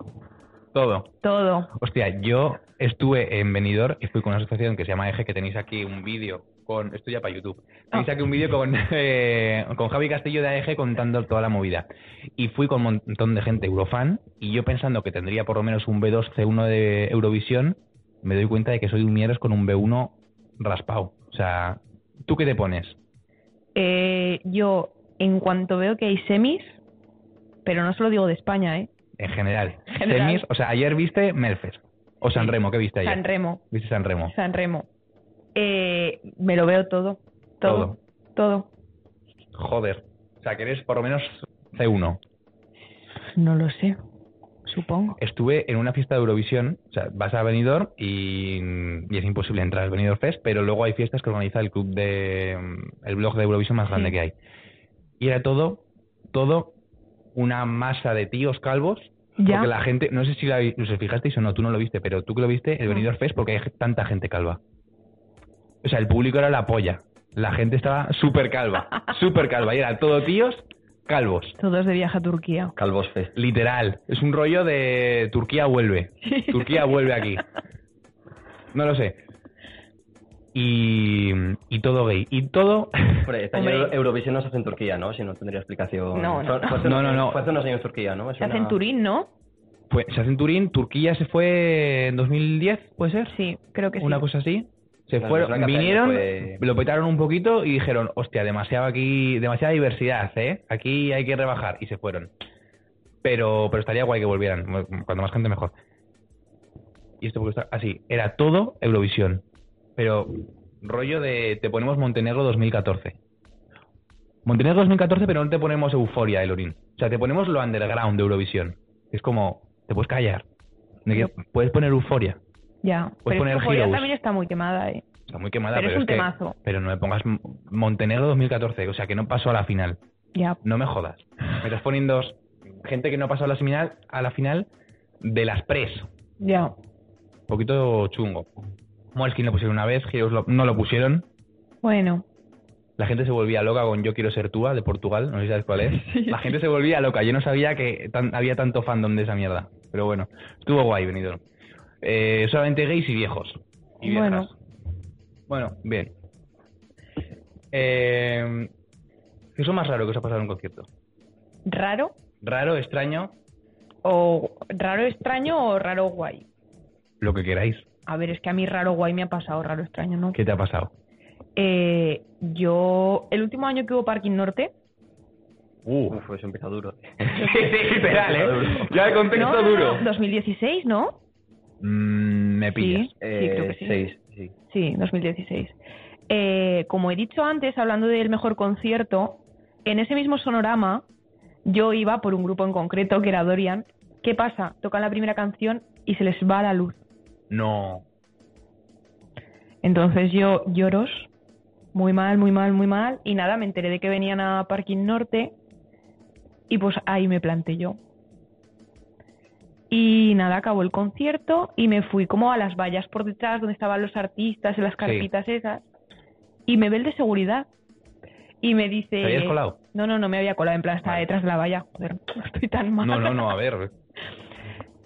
[SPEAKER 1] Todo.
[SPEAKER 3] Todo.
[SPEAKER 1] Hostia, yo estuve en Benidorm y fui con una asociación que se llama Eje, que tenéis aquí un vídeo con... Esto ya para YouTube. Tenéis aquí un vídeo con, eh, con Javi Castillo de Eje contando toda la movida. Y fui con un montón de gente eurofan y yo pensando que tendría por lo menos un B2-C1 de Eurovisión, me doy cuenta de que soy un mieres con un B1 raspado. O sea, ¿tú qué te pones?
[SPEAKER 3] Eh, yo, en cuanto veo que hay semis, pero no se lo digo de España, ¿eh?
[SPEAKER 1] En general.
[SPEAKER 3] General.
[SPEAKER 1] Semis, o sea, ayer viste Melfest. O San Remo, ¿qué viste ayer?
[SPEAKER 3] San Remo.
[SPEAKER 1] viste San Remo.
[SPEAKER 3] San Remo. Eh, me lo veo todo. Todo. Todo.
[SPEAKER 1] Joder. O sea, que eres por lo menos C1.
[SPEAKER 3] No lo sé. Supongo.
[SPEAKER 1] Estuve en una fiesta de Eurovisión, o sea, vas a Benidorm y, y es imposible entrar al Benidorm Fest, pero luego hay fiestas que organiza el club de el blog de Eurovisión más grande
[SPEAKER 3] Sí.
[SPEAKER 1] que hay. Y era todo todo una masa de tíos calvos,
[SPEAKER 3] Ya.
[SPEAKER 1] porque la gente, no sé si la vi- os fijasteis o no, tú no lo viste, pero tú que lo viste, el
[SPEAKER 3] No.
[SPEAKER 1] Benidorm Fest porque hay ge- tanta gente calva. O sea, el público era la polla. La gente estaba súper calva, súper calva y era todo tíos calvos.
[SPEAKER 3] Todos de viaje a Turquía.
[SPEAKER 2] Calvos Fest.
[SPEAKER 1] Literal. Es un rollo de Turquía vuelve. Turquía vuelve aquí. No lo sé. Y, y todo gay. Y todo.
[SPEAKER 2] Hombre, este año
[SPEAKER 3] Hombre.
[SPEAKER 2] Euro- Eurovisión no se hace en Turquía, ¿no? Si no tendría explicación.
[SPEAKER 3] No, no.
[SPEAKER 2] Fue- fue hace
[SPEAKER 1] No,
[SPEAKER 2] unos-
[SPEAKER 1] no, no.
[SPEAKER 2] Fue hace unos años en Turquía, ¿no? Es
[SPEAKER 3] Se hace
[SPEAKER 2] una-
[SPEAKER 3] en Turín, ¿no?
[SPEAKER 1] Pues, se hace en Turín, Turquía se fue en 2010, ¿puede ser?
[SPEAKER 3] Sí, creo que sí.
[SPEAKER 1] Una cosa así. Se
[SPEAKER 2] Claro,
[SPEAKER 1] fueron,
[SPEAKER 2] es verdad que hace
[SPEAKER 1] vinieron,
[SPEAKER 2] años fue-
[SPEAKER 1] lo petaron un poquito y dijeron, hostia, demasiado aquí, demasiada diversidad, ¿eh? Aquí hay que rebajar. Y se fueron. Pero, pero estaría guay que volvieran. Cuanto más gente, mejor. Y esto porque está así. Era todo Eurovisión. Pero rollo de te ponemos Montenegro 2014. Montenegro 2014, pero no te ponemos Euforia, Elorín. O sea, te ponemos lo underground de Eurovisión. Es como, te puedes callar. De que puedes poner Euforia.
[SPEAKER 3] Ya.
[SPEAKER 1] Puedes
[SPEAKER 3] pero
[SPEAKER 1] poner
[SPEAKER 3] es que Corea
[SPEAKER 1] Heroes.
[SPEAKER 3] también está muy quemada, ¿eh?
[SPEAKER 1] Está muy quemada,
[SPEAKER 3] Pero
[SPEAKER 1] pero,
[SPEAKER 3] es un
[SPEAKER 1] que-
[SPEAKER 3] temazo.
[SPEAKER 1] pero no me pongas M- Montenegro 2014, o sea, que no pasó a la final.
[SPEAKER 3] Ya.
[SPEAKER 1] No me jodas. Me estás poniendo s- gente que no pasó a la final, a la final de las pres.
[SPEAKER 3] Ya.
[SPEAKER 1] Un poquito chungo. Moleskin lo pusieron una vez, Heroes lo- no lo pusieron.
[SPEAKER 3] Bueno.
[SPEAKER 1] La gente se volvía loca con Yo quiero ser túa de Portugal, no sé si sabes cuál es. La gente se volvía loca, yo no sabía que tan- había tanto fandom de esa mierda. Pero bueno, estuvo guay, Benidorm. Eh, solamente gays y viejos. Y viejas.
[SPEAKER 3] Bueno.
[SPEAKER 1] Bueno, bien. Eh, ¿Qué es lo más raro que os ha pasado en un concierto?
[SPEAKER 3] Raro.
[SPEAKER 1] ¿Raro, extraño?
[SPEAKER 3] O raro extraño o raro guay.
[SPEAKER 1] Lo que queráis.
[SPEAKER 3] A ver, es que a mí raro guay me ha pasado, raro extraño, ¿no?
[SPEAKER 1] ¿Qué te ha pasado?
[SPEAKER 3] Eh, yo, el último año que hubo Parking Norte,
[SPEAKER 1] Uh,
[SPEAKER 2] Uf, eso empieza duro.
[SPEAKER 1] literal, ¿eh? Ya el contexto
[SPEAKER 3] no, no,
[SPEAKER 1] duro.
[SPEAKER 3] no, 2016, ¿no?
[SPEAKER 1] Mm, me pillas. Eh,
[SPEAKER 3] Sí, sí, creo que sí.
[SPEAKER 2] Eh, Seis, sí.
[SPEAKER 3] Sí, 2016. Eh, como he dicho antes, hablando del mejor concierto, en ese mismo sonorama yo iba por un grupo en concreto que era Dorian. ¿Qué pasa? Tocan la primera canción y se les va la luz.
[SPEAKER 1] No.
[SPEAKER 3] Entonces yo lloros, muy mal, muy mal, muy mal, y nada, me enteré de que venían a Parking Norte y pues ahí me planté yo. Y nada, acabó el concierto y me fui como a las vallas por detrás donde estaban los artistas, en las carpitas esas, y me ve el de seguridad. Y me dice...
[SPEAKER 1] ¿Te habías colado?
[SPEAKER 3] No, no, no me había colado, en plan estaba
[SPEAKER 1] Vale.
[SPEAKER 3] detrás de la valla. Joder, estoy tan mal.
[SPEAKER 1] No, no, no, a ver.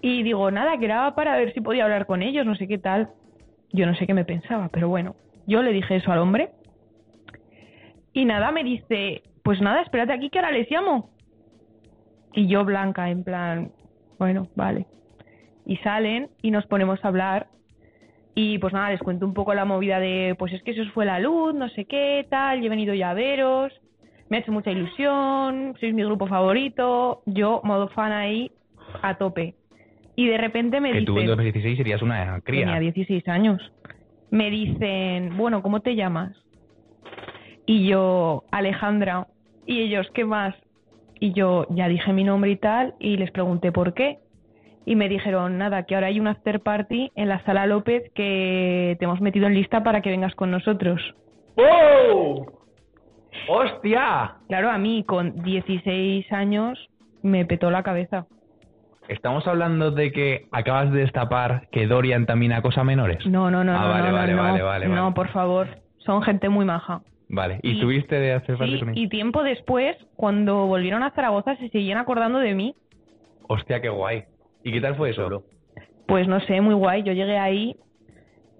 [SPEAKER 3] Y digo, nada, que era para ver si podía hablar con ellos, no sé qué tal. Yo no sé qué me pensaba, pero bueno, yo le dije eso al hombre. Y nada, me dice, pues nada, espérate aquí que ahora les llamo. Y yo blanca, en plan, bueno, vale. Y salen y nos ponemos a hablar. Y pues nada, les cuento un poco la movida de, pues es que se os fue la luz, no sé qué, tal, yo he venido ya a veros, me ha hecho mucha ilusión, sois mi grupo favorito, yo modo fan ahí a tope. Y de repente me
[SPEAKER 1] Que tú en
[SPEAKER 3] dicen,
[SPEAKER 1] 2016 serías una
[SPEAKER 3] tenía
[SPEAKER 1] cría.
[SPEAKER 3] 16 años, me dicen, bueno, ¿cómo te llamas? Y yo, Alejandra, y ellos, ¿qué más? Y yo ya dije mi nombre y tal, y les pregunté por qué. Y me dijeron, nada, que ahora hay un after party en la sala López que te hemos metido en lista para que vengas con nosotros.
[SPEAKER 1] ¡Wow! ¡Hostia!
[SPEAKER 3] Claro, a mí con 16 años me petó la cabeza.
[SPEAKER 1] Estamos hablando de que acabas de destapar que Dorian también acosa menores.
[SPEAKER 3] No, no, no,
[SPEAKER 1] Ah,
[SPEAKER 3] no,
[SPEAKER 1] vale,
[SPEAKER 3] no,
[SPEAKER 1] vale,
[SPEAKER 3] no,
[SPEAKER 1] vale, vale,
[SPEAKER 3] no,
[SPEAKER 1] vale.
[SPEAKER 3] por favor, son gente muy maja.
[SPEAKER 1] Vale, y
[SPEAKER 3] Y-
[SPEAKER 1] tuviste de hacer parte
[SPEAKER 3] Sí,
[SPEAKER 1] con
[SPEAKER 3] y tiempo después, cuando volvieron a Zaragoza, se seguían acordando de mí.
[SPEAKER 1] Hostia, qué guay. ¿Y qué tal fue eso?
[SPEAKER 3] Pues no sé, muy guay. Yo llegué ahí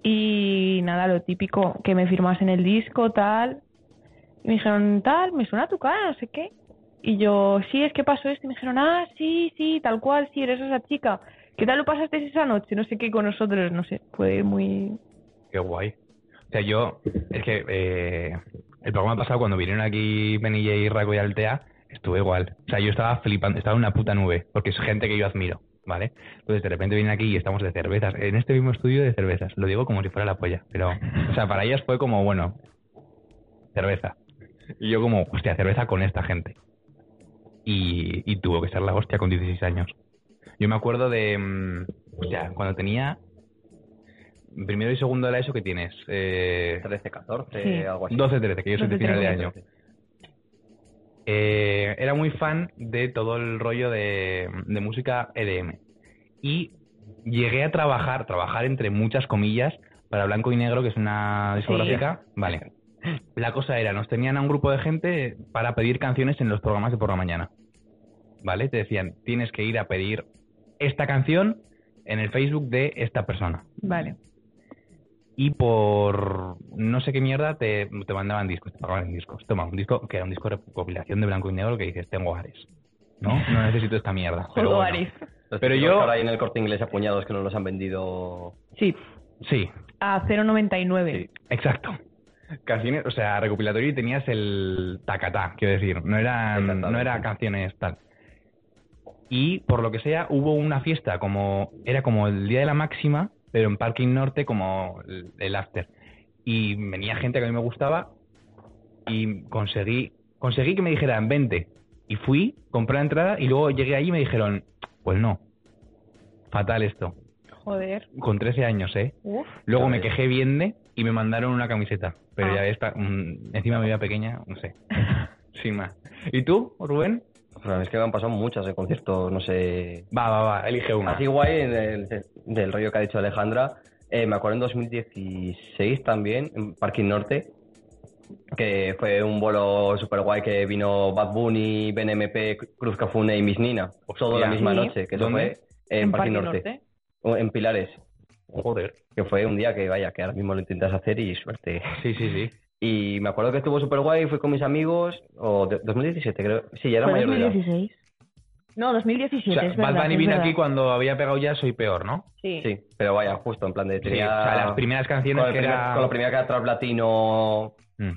[SPEAKER 3] y nada, lo típico, que me firmasen el disco, tal. Y me dijeron, tal, me suena tu cara, no sé qué. Y yo, sí, es que pasó esto. Y me dijeron, ah, sí, sí, tal cual, sí, eres esa chica. ¿Qué tal lo pasaste esa noche? No sé qué con nosotros, no sé, fue muy...
[SPEAKER 1] Qué guay. O sea, yo, es que eh, el programa pasado, cuando vinieron aquí Benilla y Raco y Altea, estuve igual. O sea, yo estaba flipando, estaba en una puta nube, porque es gente que yo admiro, ¿vale? Entonces, de repente vienen aquí y estamos de cervezas, en este mismo estudio de cervezas. Lo digo como si fuera la polla, pero, o sea, para ellas fue como, bueno, cerveza. Y yo como, hostia, cerveza con esta gente. Y, y tuvo que ser la hostia con 16 años. Yo me acuerdo de, mm, hostia, cuando tenía primero y segundo de la ESO que tienes, eh,
[SPEAKER 2] 13, 14,
[SPEAKER 3] Sí.
[SPEAKER 2] algo así.
[SPEAKER 1] 12, 13, que yo soy de
[SPEAKER 3] 12,
[SPEAKER 1] final de año.
[SPEAKER 2] 13.
[SPEAKER 1] Eh, era muy fan de todo el rollo de, de música EDM. Y llegué a trabajar, trabajar entre muchas comillas, para Blanco y Negro, que es una discográfica. Vale. La cosa era, nos tenían a un grupo de gente para pedir canciones en los programas de por la mañana. ¿Vale? Te decían, tienes que ir a pedir esta canción en el Facebook de esta persona.
[SPEAKER 3] Vale.
[SPEAKER 1] y por no sé qué mierda te, te mandaban discos, te pagaban en discos. Toma, un disco que era un disco de recopilación de blanco y negro que dices, tengo Ares. ¿No? No necesito esta mierda. Pero bueno.
[SPEAKER 3] Jodoares.
[SPEAKER 2] Los
[SPEAKER 1] Pero
[SPEAKER 2] típicos
[SPEAKER 1] yo-
[SPEAKER 2] Ahora hay en el corte inglés apuñados que no los han vendido.
[SPEAKER 3] Sí,
[SPEAKER 1] Sí,
[SPEAKER 3] a 0,99.
[SPEAKER 1] Eh, exacto. Canciones, o sea, recopilatorio y tenías el tacatá, quiero decir. No eran,
[SPEAKER 2] Exactamente.
[SPEAKER 1] no era canciones tal. Y por lo que sea, hubo una fiesta, como era como el día de la máxima, pero en Parking Norte como el- el after. y venía gente que a mí me gustaba y conseguí conseguí que me dijeran 20 y fui, compré la entrada y luego llegué allí y me dijeron, pues no, fatal esto,
[SPEAKER 3] Joder,
[SPEAKER 1] con 13 años, ¿eh?
[SPEAKER 3] uff.
[SPEAKER 1] Luego me
[SPEAKER 2] Joder.
[SPEAKER 1] quejé bien de y me mandaron una camiseta, pero
[SPEAKER 3] Ah.
[SPEAKER 1] ya está, mm, encima me veía pequeña, no sé, sin más. ¿Y tú, Rubén?
[SPEAKER 2] Fran, Es que me han pasado muchas de conciertos, no sé.
[SPEAKER 1] Va, va, va, elige una.
[SPEAKER 2] Así guay en el- de- del rollo que ha dicho Alejandra. eh, me acuerdo en 2016 también, en Parking Norte, que fue un vuelo súper guay que vino Bad Bunny, BNMP, Cruz Cafune y Miss Nina. Pues Todo la
[SPEAKER 1] Hostia.
[SPEAKER 2] misma
[SPEAKER 3] Sí.
[SPEAKER 2] noche, que eso
[SPEAKER 1] ¿Dónde?
[SPEAKER 2] fue en, Parking Norte. En Pilares,
[SPEAKER 1] Joder.
[SPEAKER 2] que fue un día que vaya, que ahora mismo lo intentas hacer y suerte.
[SPEAKER 1] Sí, sí, sí.
[SPEAKER 2] Y me acuerdo que estuvo súper guay, fui con mis amigos, o de- 2017 creo. Sí, ya era
[SPEAKER 3] ¿Fue
[SPEAKER 2] mayor de edad.
[SPEAKER 3] 2016? No, 2017,
[SPEAKER 1] O sea,
[SPEAKER 3] es verdad.
[SPEAKER 1] Bad Bunny
[SPEAKER 3] es
[SPEAKER 1] vino
[SPEAKER 3] verdad.
[SPEAKER 1] aquí cuando había pegado ya Soy Peor, ¿no?
[SPEAKER 3] Sí.
[SPEAKER 2] Sí, pero vaya, justo en plan de
[SPEAKER 1] Sí,
[SPEAKER 2] tenía-
[SPEAKER 1] o sea, las primeras
[SPEAKER 2] con,
[SPEAKER 1] canciones
[SPEAKER 2] el
[SPEAKER 1] que
[SPEAKER 2] primer-
[SPEAKER 1] era...
[SPEAKER 2] con la primera que era trap latino
[SPEAKER 1] Mm.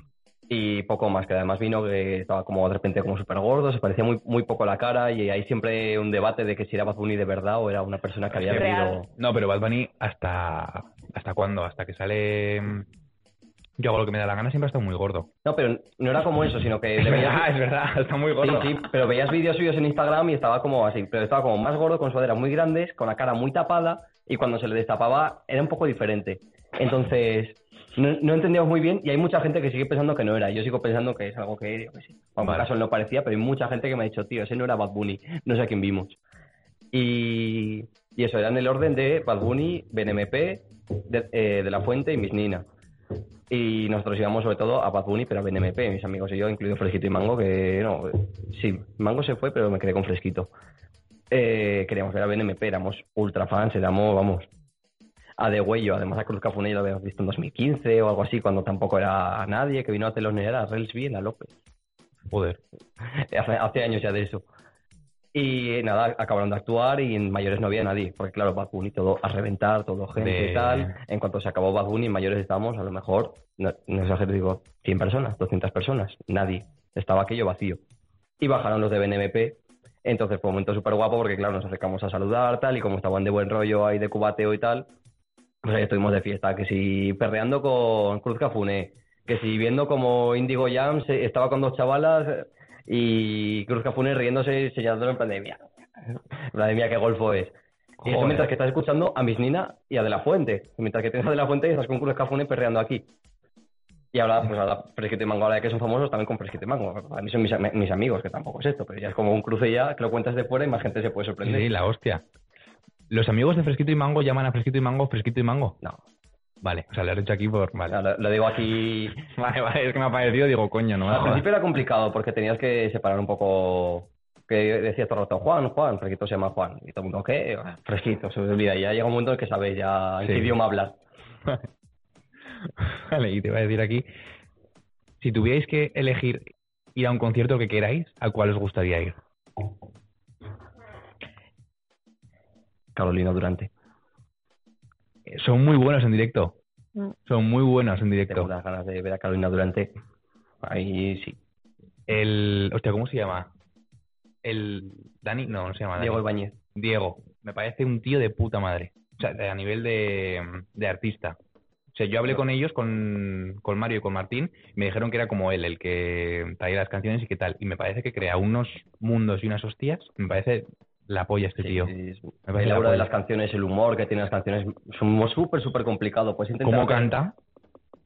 [SPEAKER 2] y poco más, que además vino que estaba como de repente como súper gordo, se parecía muy, muy poco a la cara y hay siempre un debate de que si era Bad Bunny de verdad o era una persona que había
[SPEAKER 3] Real.
[SPEAKER 2] vivido...
[SPEAKER 1] No, pero Bad Bunny hasta hasta cuándo, hasta que sale mm, yo hago lo que me da la gana, siempre ha estado muy gordo.
[SPEAKER 2] No, pero no era como eso, sino que
[SPEAKER 1] Es
[SPEAKER 2] le
[SPEAKER 1] verdad,
[SPEAKER 2] veías...
[SPEAKER 1] es verdad, está muy
[SPEAKER 2] Sí,
[SPEAKER 1] gordo.
[SPEAKER 2] sí, pero veías vídeos suyos en Instagram y estaba como así, pero estaba como más gordo, con sudaderas muy grandes, con la cara muy tapada y cuando se le destapaba era un poco diferente. Entonces, no, no entendíamos muy bien y hay mucha gente que sigue pensando que no era. Yo sigo pensando que es algo que, yo qué sé, Juan
[SPEAKER 1] Vale.
[SPEAKER 2] Gasol no parecía, pero hay mucha gente que me ha dicho, tío, ese no era Bad Bunny, no sé a quién vimos. Y, y eso, eran el orden de Bad Bunny, BNMP, de, eh, de La Fuente y Miss Nina. Y nosotros íbamos sobre todo a Bad Bunny, pero a BNMP, mis amigos y yo, incluido Fresquito y Mango, que no, sí, Mango se fue, pero me quedé con Fresquito. Eh, queríamos ver a BNMP, éramos ultra fans, éramos, vamos, a De Huello, además a Cruz Cafuné ya lo habíamos visto en 2015 o algo así, cuando tampoco era nadie, que vino a telonear a Relsby en la López.
[SPEAKER 1] Joder.
[SPEAKER 2] Hace, hace años ya de eso. Y eh, nada, acabaron de actuar y en mayores no había nadie, porque claro, Bad Bunny todo a reventar, todo gente
[SPEAKER 1] De-
[SPEAKER 2] y tal. En cuanto se acabó Bad Bunny, en mayores estábamos a lo mejor, no, no exagero, digo, 100 personas, 200 personas, nadie. Estaba aquello vacío. Y bajaron los de BNMP. Entonces fue un momento súper guapo porque claro, nos acercamos a saludar, tal, y como estaban de buen rollo ahí de cubateo y tal, pues ahí estuvimos de fiesta, que si perreando con Cruz Cafuné, que si viendo como Indigo Jam se- estaba con dos chavalas eh, y Cruz Cafuné riéndose y señalándolo en plan de mía, en plan de mía, qué golfo es. Y esto
[SPEAKER 1] Joder.
[SPEAKER 2] mientras que estás escuchando a Miss Nina y a De La Fuente, mientras que tienes a De La Fuente y estás con Cruz Cafuné perreando aquí. Y ahora, pues ahora Fresquito y Mango, ahora que son famosos, también con Fresquito y Mango. A mí son mis, am- mis amigos, que tampoco es esto, pero ya es como un cruce ya que lo cuentas de fuera y más gente se puede
[SPEAKER 1] Sí,
[SPEAKER 2] sorprender.
[SPEAKER 1] sí, la hostia. Los amigos de Fresquito y Mango llaman a Fresquito y Mango Fresquito y Mango.
[SPEAKER 2] No,
[SPEAKER 1] Vale, o sea, lo has hecho aquí por.
[SPEAKER 2] o
[SPEAKER 1] Vale.
[SPEAKER 2] sea, lo- lo digo aquí
[SPEAKER 1] Vale, vale, es que me ha parecido, digo, coño, no me
[SPEAKER 2] Ah, Al
[SPEAKER 1] jodas.
[SPEAKER 2] principio era complicado porque tenías que separar un poco. Que decía todo el rato, Juan, Juan, Fresquito se llama Juan. Y todo el mundo, ¿qué? Fresquito, se os olvida. Ya llega un momento en que sabéis ya en
[SPEAKER 1] Sí.
[SPEAKER 2] qué idioma hablar.
[SPEAKER 1] Vale, y te iba a decir aquí. Si tuvierais que elegir ir a un concierto que queráis, ¿a cuál os gustaría ir?
[SPEAKER 2] Carolina Durante.
[SPEAKER 1] Eh, Son muy buenos en directo.
[SPEAKER 3] Mm.
[SPEAKER 1] Son muy buenos en
[SPEAKER 2] Tengo
[SPEAKER 1] directo.
[SPEAKER 2] unas ganas de ver a Carolina Durante. Ahí sí.
[SPEAKER 1] El. Hostia, ¿cómo se llama? El. Dani, no, no se llama Dani.
[SPEAKER 2] Diego Ibáñez.
[SPEAKER 1] Diego, me parece un tío de puta madre. O sea, de- a nivel de, de artista. O sea, yo hablé con ellos, con, con Mario y con Martín, y me dijeron que era como él, el que traía las canciones y qué tal. Y me parece que crea unos mundos y unas hostias. Me parece la polla este tío.
[SPEAKER 2] Es-
[SPEAKER 1] Me
[SPEAKER 2] El
[SPEAKER 1] parece la
[SPEAKER 2] aura de
[SPEAKER 1] polla.
[SPEAKER 2] las canciones, el humor que tienen las canciones, son súper, súper complicado. Pues intentar.
[SPEAKER 1] Cómo canta.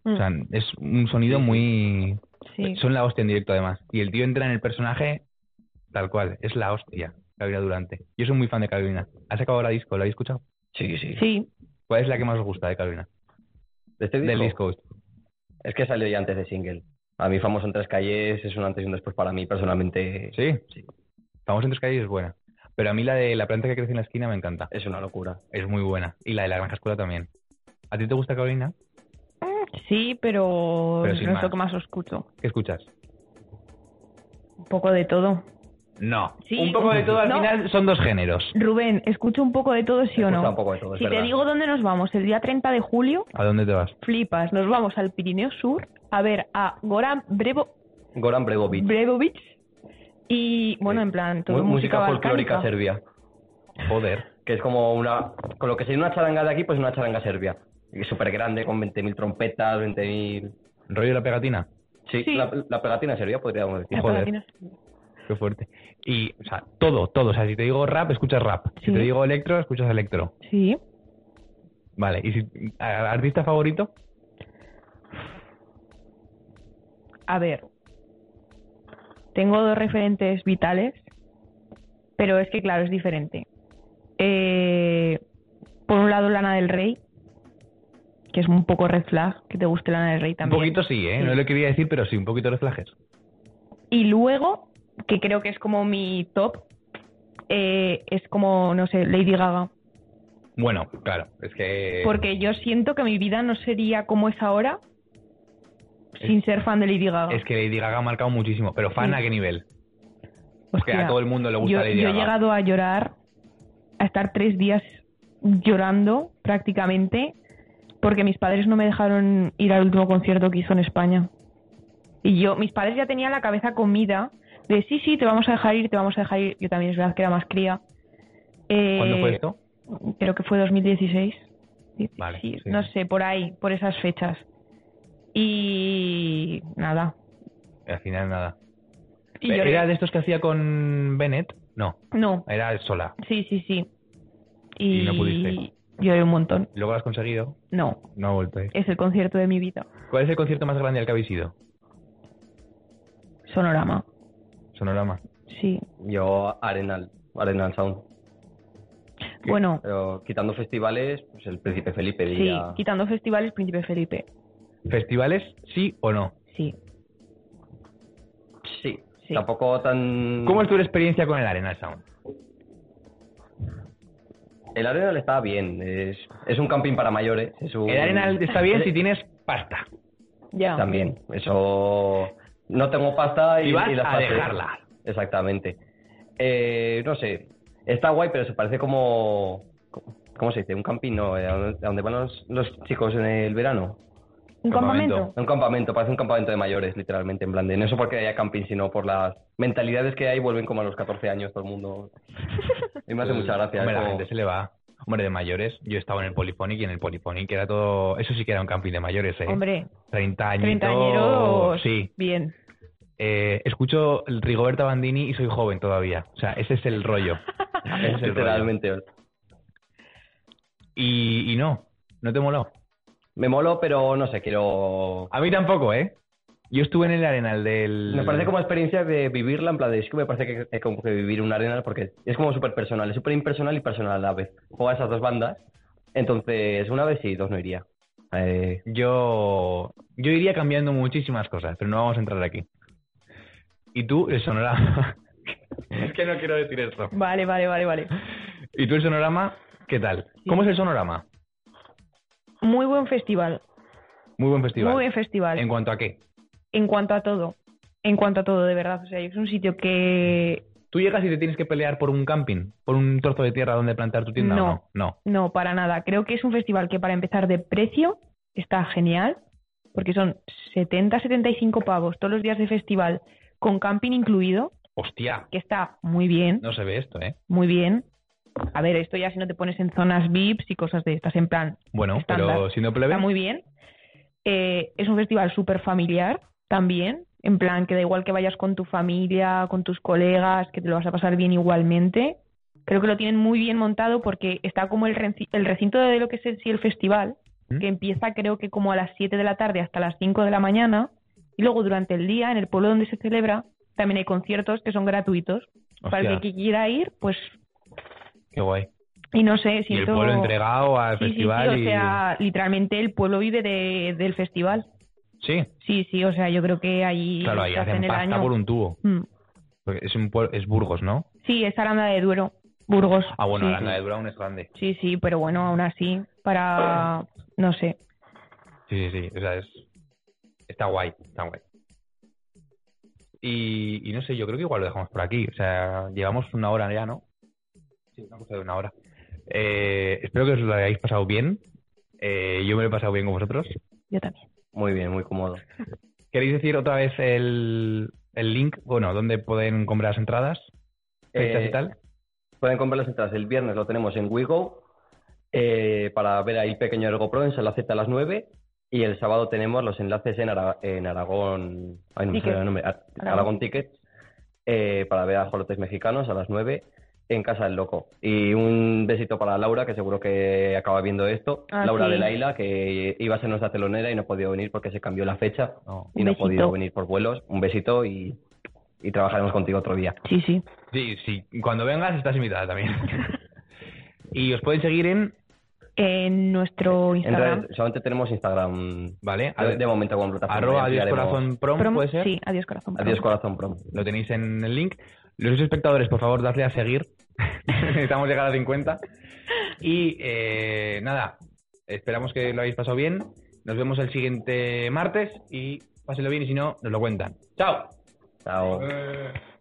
[SPEAKER 1] O sea, es un sonido
[SPEAKER 2] Sí, sí.
[SPEAKER 1] muy...
[SPEAKER 3] Mm, Sí.
[SPEAKER 1] Son la hostia en directo, además. Y el tío entra en el personaje tal cual. Es la hostia, Carolina Durante. Yo soy muy fan de Carolina. ¿Has acabado la disco? ¿Lo habéis escuchado?
[SPEAKER 2] Sí, sí.
[SPEAKER 3] Sí,
[SPEAKER 1] ¿Cuál es la que más os gusta de Carolina?
[SPEAKER 2] ¿De este
[SPEAKER 1] Del
[SPEAKER 2] disco?
[SPEAKER 1] disco.
[SPEAKER 2] Es que salió ya antes de single. A mí, famoso en tres calles es un antes y un después para mí, personalmente.
[SPEAKER 1] Sí.
[SPEAKER 2] Sí.
[SPEAKER 1] Famoso en tres calles es buena. Pero a mí la de la planta que crece en la esquina me encanta.
[SPEAKER 2] Es una locura.
[SPEAKER 1] Es muy buena. Y la de la granja escuela también. ¿A ti te gusta Carolina?
[SPEAKER 3] sí, pero,
[SPEAKER 1] Pero
[SPEAKER 3] no
[SPEAKER 1] sin
[SPEAKER 3] es lo
[SPEAKER 1] más.
[SPEAKER 3] que más escucho.
[SPEAKER 1] ¿Qué escuchas?
[SPEAKER 3] Un poco de todo.
[SPEAKER 1] No.
[SPEAKER 3] Sí.
[SPEAKER 1] Un poco de todo al
[SPEAKER 3] No.
[SPEAKER 1] final son dos géneros.
[SPEAKER 3] Rubén, escucho un poco de todo, sí o
[SPEAKER 2] Me gusta un
[SPEAKER 3] no.
[SPEAKER 2] poco de todo, es
[SPEAKER 3] Si te
[SPEAKER 2] verdad.
[SPEAKER 3] digo dónde nos vamos, el día 30 de julio,
[SPEAKER 1] ¿A dónde te vas?
[SPEAKER 3] flipas, nos vamos al Pirineo Sur a ver a Goran Brevo,
[SPEAKER 2] Goran Bregovic.
[SPEAKER 3] Bregovic y, bueno,
[SPEAKER 2] Sí.
[SPEAKER 3] en plan, todo
[SPEAKER 2] Mu-
[SPEAKER 3] música,
[SPEAKER 2] música folclórica
[SPEAKER 3] balcánica.
[SPEAKER 2] serbia.
[SPEAKER 1] Joder.
[SPEAKER 2] Que es como una. Con lo que sería una charanga de aquí, pues una charanga serbia. Y súper grande, con 20.000 trompetas, 20.000.
[SPEAKER 1] ¿Rollo la pegatina?
[SPEAKER 2] Sí,
[SPEAKER 3] Sí.
[SPEAKER 2] La, la pegatina serbia, podríamos decir.
[SPEAKER 3] La
[SPEAKER 1] Joder.
[SPEAKER 3] pegatina.
[SPEAKER 1] Qué fuerte. Y, o sea, todo, todo. O sea, si te digo rap, escuchas rap. Si
[SPEAKER 3] Sí.
[SPEAKER 1] te digo electro, escuchas electro.
[SPEAKER 3] Sí.
[SPEAKER 1] Vale. ¿Y si a- artista favorito?
[SPEAKER 3] A ver, tengo dos referentes vitales, pero es que claro, es diferente. Eh, por un lado, Lana del Rey, que es un poco red flag, que te guste Lana del Rey también.
[SPEAKER 1] Un poquito sí, ¿eh?
[SPEAKER 3] Sí.
[SPEAKER 1] No lo quería decir, pero sí, un poquito los flajes.
[SPEAKER 3] Y luego, que creo que es como mi top, eh, es como, no sé, Lady Gaga.
[SPEAKER 1] Bueno, claro. Es que...
[SPEAKER 3] Porque yo siento que mi vida no sería como es ahora
[SPEAKER 1] Es-
[SPEAKER 3] sin ser fan de Lady Gaga.
[SPEAKER 1] Es que Lady Gaga ha marcado muchísimo. Pero fan
[SPEAKER 3] Sí.
[SPEAKER 1] a qué nivel? Porque
[SPEAKER 3] Hostia.
[SPEAKER 1] a todo el mundo le gusta
[SPEAKER 3] yo,
[SPEAKER 1] Lady
[SPEAKER 3] yo he
[SPEAKER 1] Gaga.
[SPEAKER 3] llegado a llorar, a estar tres días llorando prácticamente, porque mis padres no me dejaron ir al último concierto que hizo en España. Y yo, mis padres ya tenían la cabeza comida de sí, sí, te vamos a dejar ir, te vamos a dejar ir. Yo también es verdad que era más cría. Eh,
[SPEAKER 1] ¿Cuándo fue esto?
[SPEAKER 3] Creo que fue 2016.
[SPEAKER 1] Vale,
[SPEAKER 3] Sí,
[SPEAKER 1] sí.
[SPEAKER 3] No sé, por ahí, por esas fechas. Y nada.
[SPEAKER 1] Al final nada.
[SPEAKER 3] Y lloré.
[SPEAKER 1] ¿Era de estos que hacía con Bennett? No,
[SPEAKER 3] No,
[SPEAKER 1] era sola.
[SPEAKER 3] Sí, sí, sí. Y,
[SPEAKER 1] Y no pudiste.
[SPEAKER 3] Lloré un montón.
[SPEAKER 1] Luego lo has conseguido,
[SPEAKER 3] No,
[SPEAKER 1] no ha vuelto. ¿eh?
[SPEAKER 3] es el concierto de mi vida.
[SPEAKER 1] ¿Cuál es el concierto más grande al que habéis ido?
[SPEAKER 3] Sonorama.
[SPEAKER 1] Sonorama.
[SPEAKER 3] Sí.
[SPEAKER 2] Yo, Arenal, Arenal Sound.
[SPEAKER 3] Bueno,
[SPEAKER 2] Pero quitando festivales, pues el Príncipe Felipe
[SPEAKER 3] sí,
[SPEAKER 2] diría.
[SPEAKER 3] quitando festivales, Príncipe Felipe.
[SPEAKER 1] ¿Festivales, sí o no?
[SPEAKER 3] Sí.
[SPEAKER 2] Sí,
[SPEAKER 3] Sí.
[SPEAKER 2] Tampoco tan.
[SPEAKER 1] ¿Cómo es tu experiencia con el Arena Sound?
[SPEAKER 2] El Arenal está bien. Es, es un camping para mayores. es un-
[SPEAKER 1] El Arenal está bien si tienes pasta.
[SPEAKER 3] Ya.
[SPEAKER 2] También. Eso. No tengo pasta y,
[SPEAKER 1] Y vas
[SPEAKER 2] y las
[SPEAKER 1] a
[SPEAKER 2] pasé.
[SPEAKER 1] dejarla.
[SPEAKER 2] Exactamente. Eh, no sé. Está guay, pero se parece como. ¿Cómo se dice? Un camping, ¿no? Eh, ¿A dónde a dónde van los, los chicos en el verano?
[SPEAKER 3] ¿Un
[SPEAKER 1] Campamento.
[SPEAKER 3] campamento?
[SPEAKER 2] Un campamento, parece un campamento de mayores, literalmente, en plan de. No eso porque haya camping, sino por las mentalidades que hay, vuelven como a los 14 años todo el mundo. Y me hace mucha gracia.
[SPEAKER 1] Hombre, la
[SPEAKER 2] es como-
[SPEAKER 1] gente se le va. Hombre, de mayores, yo estaba en el Polyphonic y en el Polyphonic era todo... Eso sí que era un camping de mayores, ¿eh?
[SPEAKER 3] Hombre,
[SPEAKER 1] 30 añitos.
[SPEAKER 3] treintañeros.
[SPEAKER 1] Sí.
[SPEAKER 3] Bien.
[SPEAKER 1] Eh, escucho el Rigoberta Bandini y soy joven todavía. O sea, ese es el rollo. Ese es el rollo.
[SPEAKER 2] Literalmente.
[SPEAKER 1] Y, y no, no te moló.
[SPEAKER 2] Me molo, pero no sé, quiero.
[SPEAKER 1] A mí tampoco, ¿eh? Yo estuve en el Arenal del...
[SPEAKER 2] Me parece como experiencia de vivirla, en plan de. Es que me parece que es como que vivir un arenal porque es como súper personal, es súper impersonal y personal a la vez. Juega esas dos bandas. Entonces, una vez sí, dos no iría. Eh,
[SPEAKER 1] Yo, yo iría cambiando muchísimas cosas, pero no vamos a entrar aquí. Y tú, el sonorama. es que no quiero decir esto.
[SPEAKER 3] Vale, vale, vale, vale.
[SPEAKER 1] Y tú, el sonorama, ¿qué tal? ¿Cómo es el sonorama?
[SPEAKER 3] Muy buen festival.
[SPEAKER 1] Muy buen festival.
[SPEAKER 3] Muy buen festival.
[SPEAKER 1] ¿En cuanto a qué?
[SPEAKER 3] en cuanto a todo. En cuanto a todo, de verdad. O sea, es un sitio que
[SPEAKER 1] ¿Tú llegas y te tienes que pelear por un camping? ¿Por un trozo de tierra donde plantar tu tienda o no?
[SPEAKER 3] No.
[SPEAKER 1] No.
[SPEAKER 3] no, para nada. Creo que es un festival que para empezar de precio está genial, porque son 70, 75 pavos todos los días de festival, con camping incluido,
[SPEAKER 1] Hostia,
[SPEAKER 3] que está muy bien,
[SPEAKER 1] no se ve esto, ¿eh?
[SPEAKER 3] muy bien. A ver, esto ya si no te pones en zonas VIPs y cosas de estas, en plan,
[SPEAKER 1] Bueno, pero
[SPEAKER 3] Estándar.
[SPEAKER 1] siendo plebe,
[SPEAKER 3] está muy bien. Eh, es un festival súper familiar también, en plan que da igual que vayas con tu familia, con tus colegas, que te lo vas a pasar bien igualmente. Creo que lo tienen muy bien montado porque está como el, renci- el recinto de lo que es en sí el festival,
[SPEAKER 1] ¿Mm?
[SPEAKER 3] que empieza creo que como a las 7 de la tarde hasta las 5 de la mañana y luego durante el día en el pueblo donde se celebra también hay conciertos que son gratuitos. Para
[SPEAKER 1] hostia,
[SPEAKER 3] el que quiera ir, pues,
[SPEAKER 1] qué guay.
[SPEAKER 3] y no sé,
[SPEAKER 1] Y el
[SPEAKER 3] siento...
[SPEAKER 1] pueblo entregado al
[SPEAKER 3] Sí, sí, sí,
[SPEAKER 1] festival
[SPEAKER 3] o
[SPEAKER 1] y...
[SPEAKER 3] sea, literalmente el pueblo vive de- del festival.
[SPEAKER 1] Sí,
[SPEAKER 3] Sí, sí, o sea, yo creo que ahí
[SPEAKER 1] claro, ahí
[SPEAKER 3] se hace
[SPEAKER 1] hacen
[SPEAKER 3] en el
[SPEAKER 1] pasta
[SPEAKER 3] año.
[SPEAKER 1] por un tubo.
[SPEAKER 3] Mm.
[SPEAKER 1] Porque es, un pueblo- es Burgos, ¿no?
[SPEAKER 3] Sí, es Aranda de Duero, Burgos.
[SPEAKER 1] Ah, bueno,
[SPEAKER 3] sí.
[SPEAKER 1] Aranda de Brown es grande.
[SPEAKER 3] Sí, sí, pero bueno, aún así, para, no sé,
[SPEAKER 1] Sí, sí, sí. O sea, es... está guay, está guay. Y, y no sé, yo creo que igual lo dejamos por aquí. O sea, llevamos una hora ya, ¿no? Sí, una cosa de una hora. Eh, espero que os lo hayáis pasado bien. Eh, yo me lo he pasado bien con vosotros.
[SPEAKER 3] yo también.
[SPEAKER 2] muy bien, muy cómodo.
[SPEAKER 1] ¿Queréis decir otra vez el, el link? Bueno, ¿dónde pueden comprar las entradas? ¿Fechas
[SPEAKER 2] Eh,
[SPEAKER 1] y tal?
[SPEAKER 2] Pueden comprar las entradas el viernes, lo tenemos en WeGo, eh, para ver ahí pequeño Ergo Pro en Sala Z a las 9. Y el sábado tenemos los enlaces en, Ara- en Aragón, ay, no me
[SPEAKER 3] Tickets.
[SPEAKER 2] sale el nombre, Ar-
[SPEAKER 3] Aragón.
[SPEAKER 2] Aragón Tickets, eh, para ver a Jolotes Mexicanos a las 9 en Casa del Loco. Y un besito para Laura, que seguro que acaba viendo esto.
[SPEAKER 3] Ah,
[SPEAKER 2] Laura
[SPEAKER 3] sí.
[SPEAKER 2] de Laila, que iba a ser nuestra telonera y no ha podido venir porque se cambió la fecha
[SPEAKER 1] No.
[SPEAKER 2] y
[SPEAKER 3] Un
[SPEAKER 2] no ha
[SPEAKER 3] besito.
[SPEAKER 2] podido venir por vuelos. Un besito y, y trabajaremos contigo otro día.
[SPEAKER 3] Sí, sí.
[SPEAKER 1] Sí, sí. Cuando vengas estás invitada también. y os pueden seguir en...
[SPEAKER 3] En
[SPEAKER 1] Eh,
[SPEAKER 3] nuestro
[SPEAKER 2] En
[SPEAKER 3] Instagram.
[SPEAKER 2] redes- solamente tenemos Instagram
[SPEAKER 1] ¿Vale?
[SPEAKER 2] A ver, de momento con plataforma.
[SPEAKER 1] Arroba
[SPEAKER 2] ya
[SPEAKER 1] adiós
[SPEAKER 2] ampliaremos.
[SPEAKER 1] corazón prom,
[SPEAKER 3] Prom-
[SPEAKER 1] ¿puede ser?
[SPEAKER 3] Sí, adiós corazón. prom.
[SPEAKER 2] Adiós corazón prom.
[SPEAKER 1] lo tenéis en el link. Los espectadores, por favor, dadle a seguir. Estamos llegando a 50. Y eh, nada, esperamos que lo hayáis pasado bien. Nos vemos el siguiente martes y pásenlo bien y si no, nos lo cuentan. ¡Chao!
[SPEAKER 2] Chao.
[SPEAKER 1] Eh.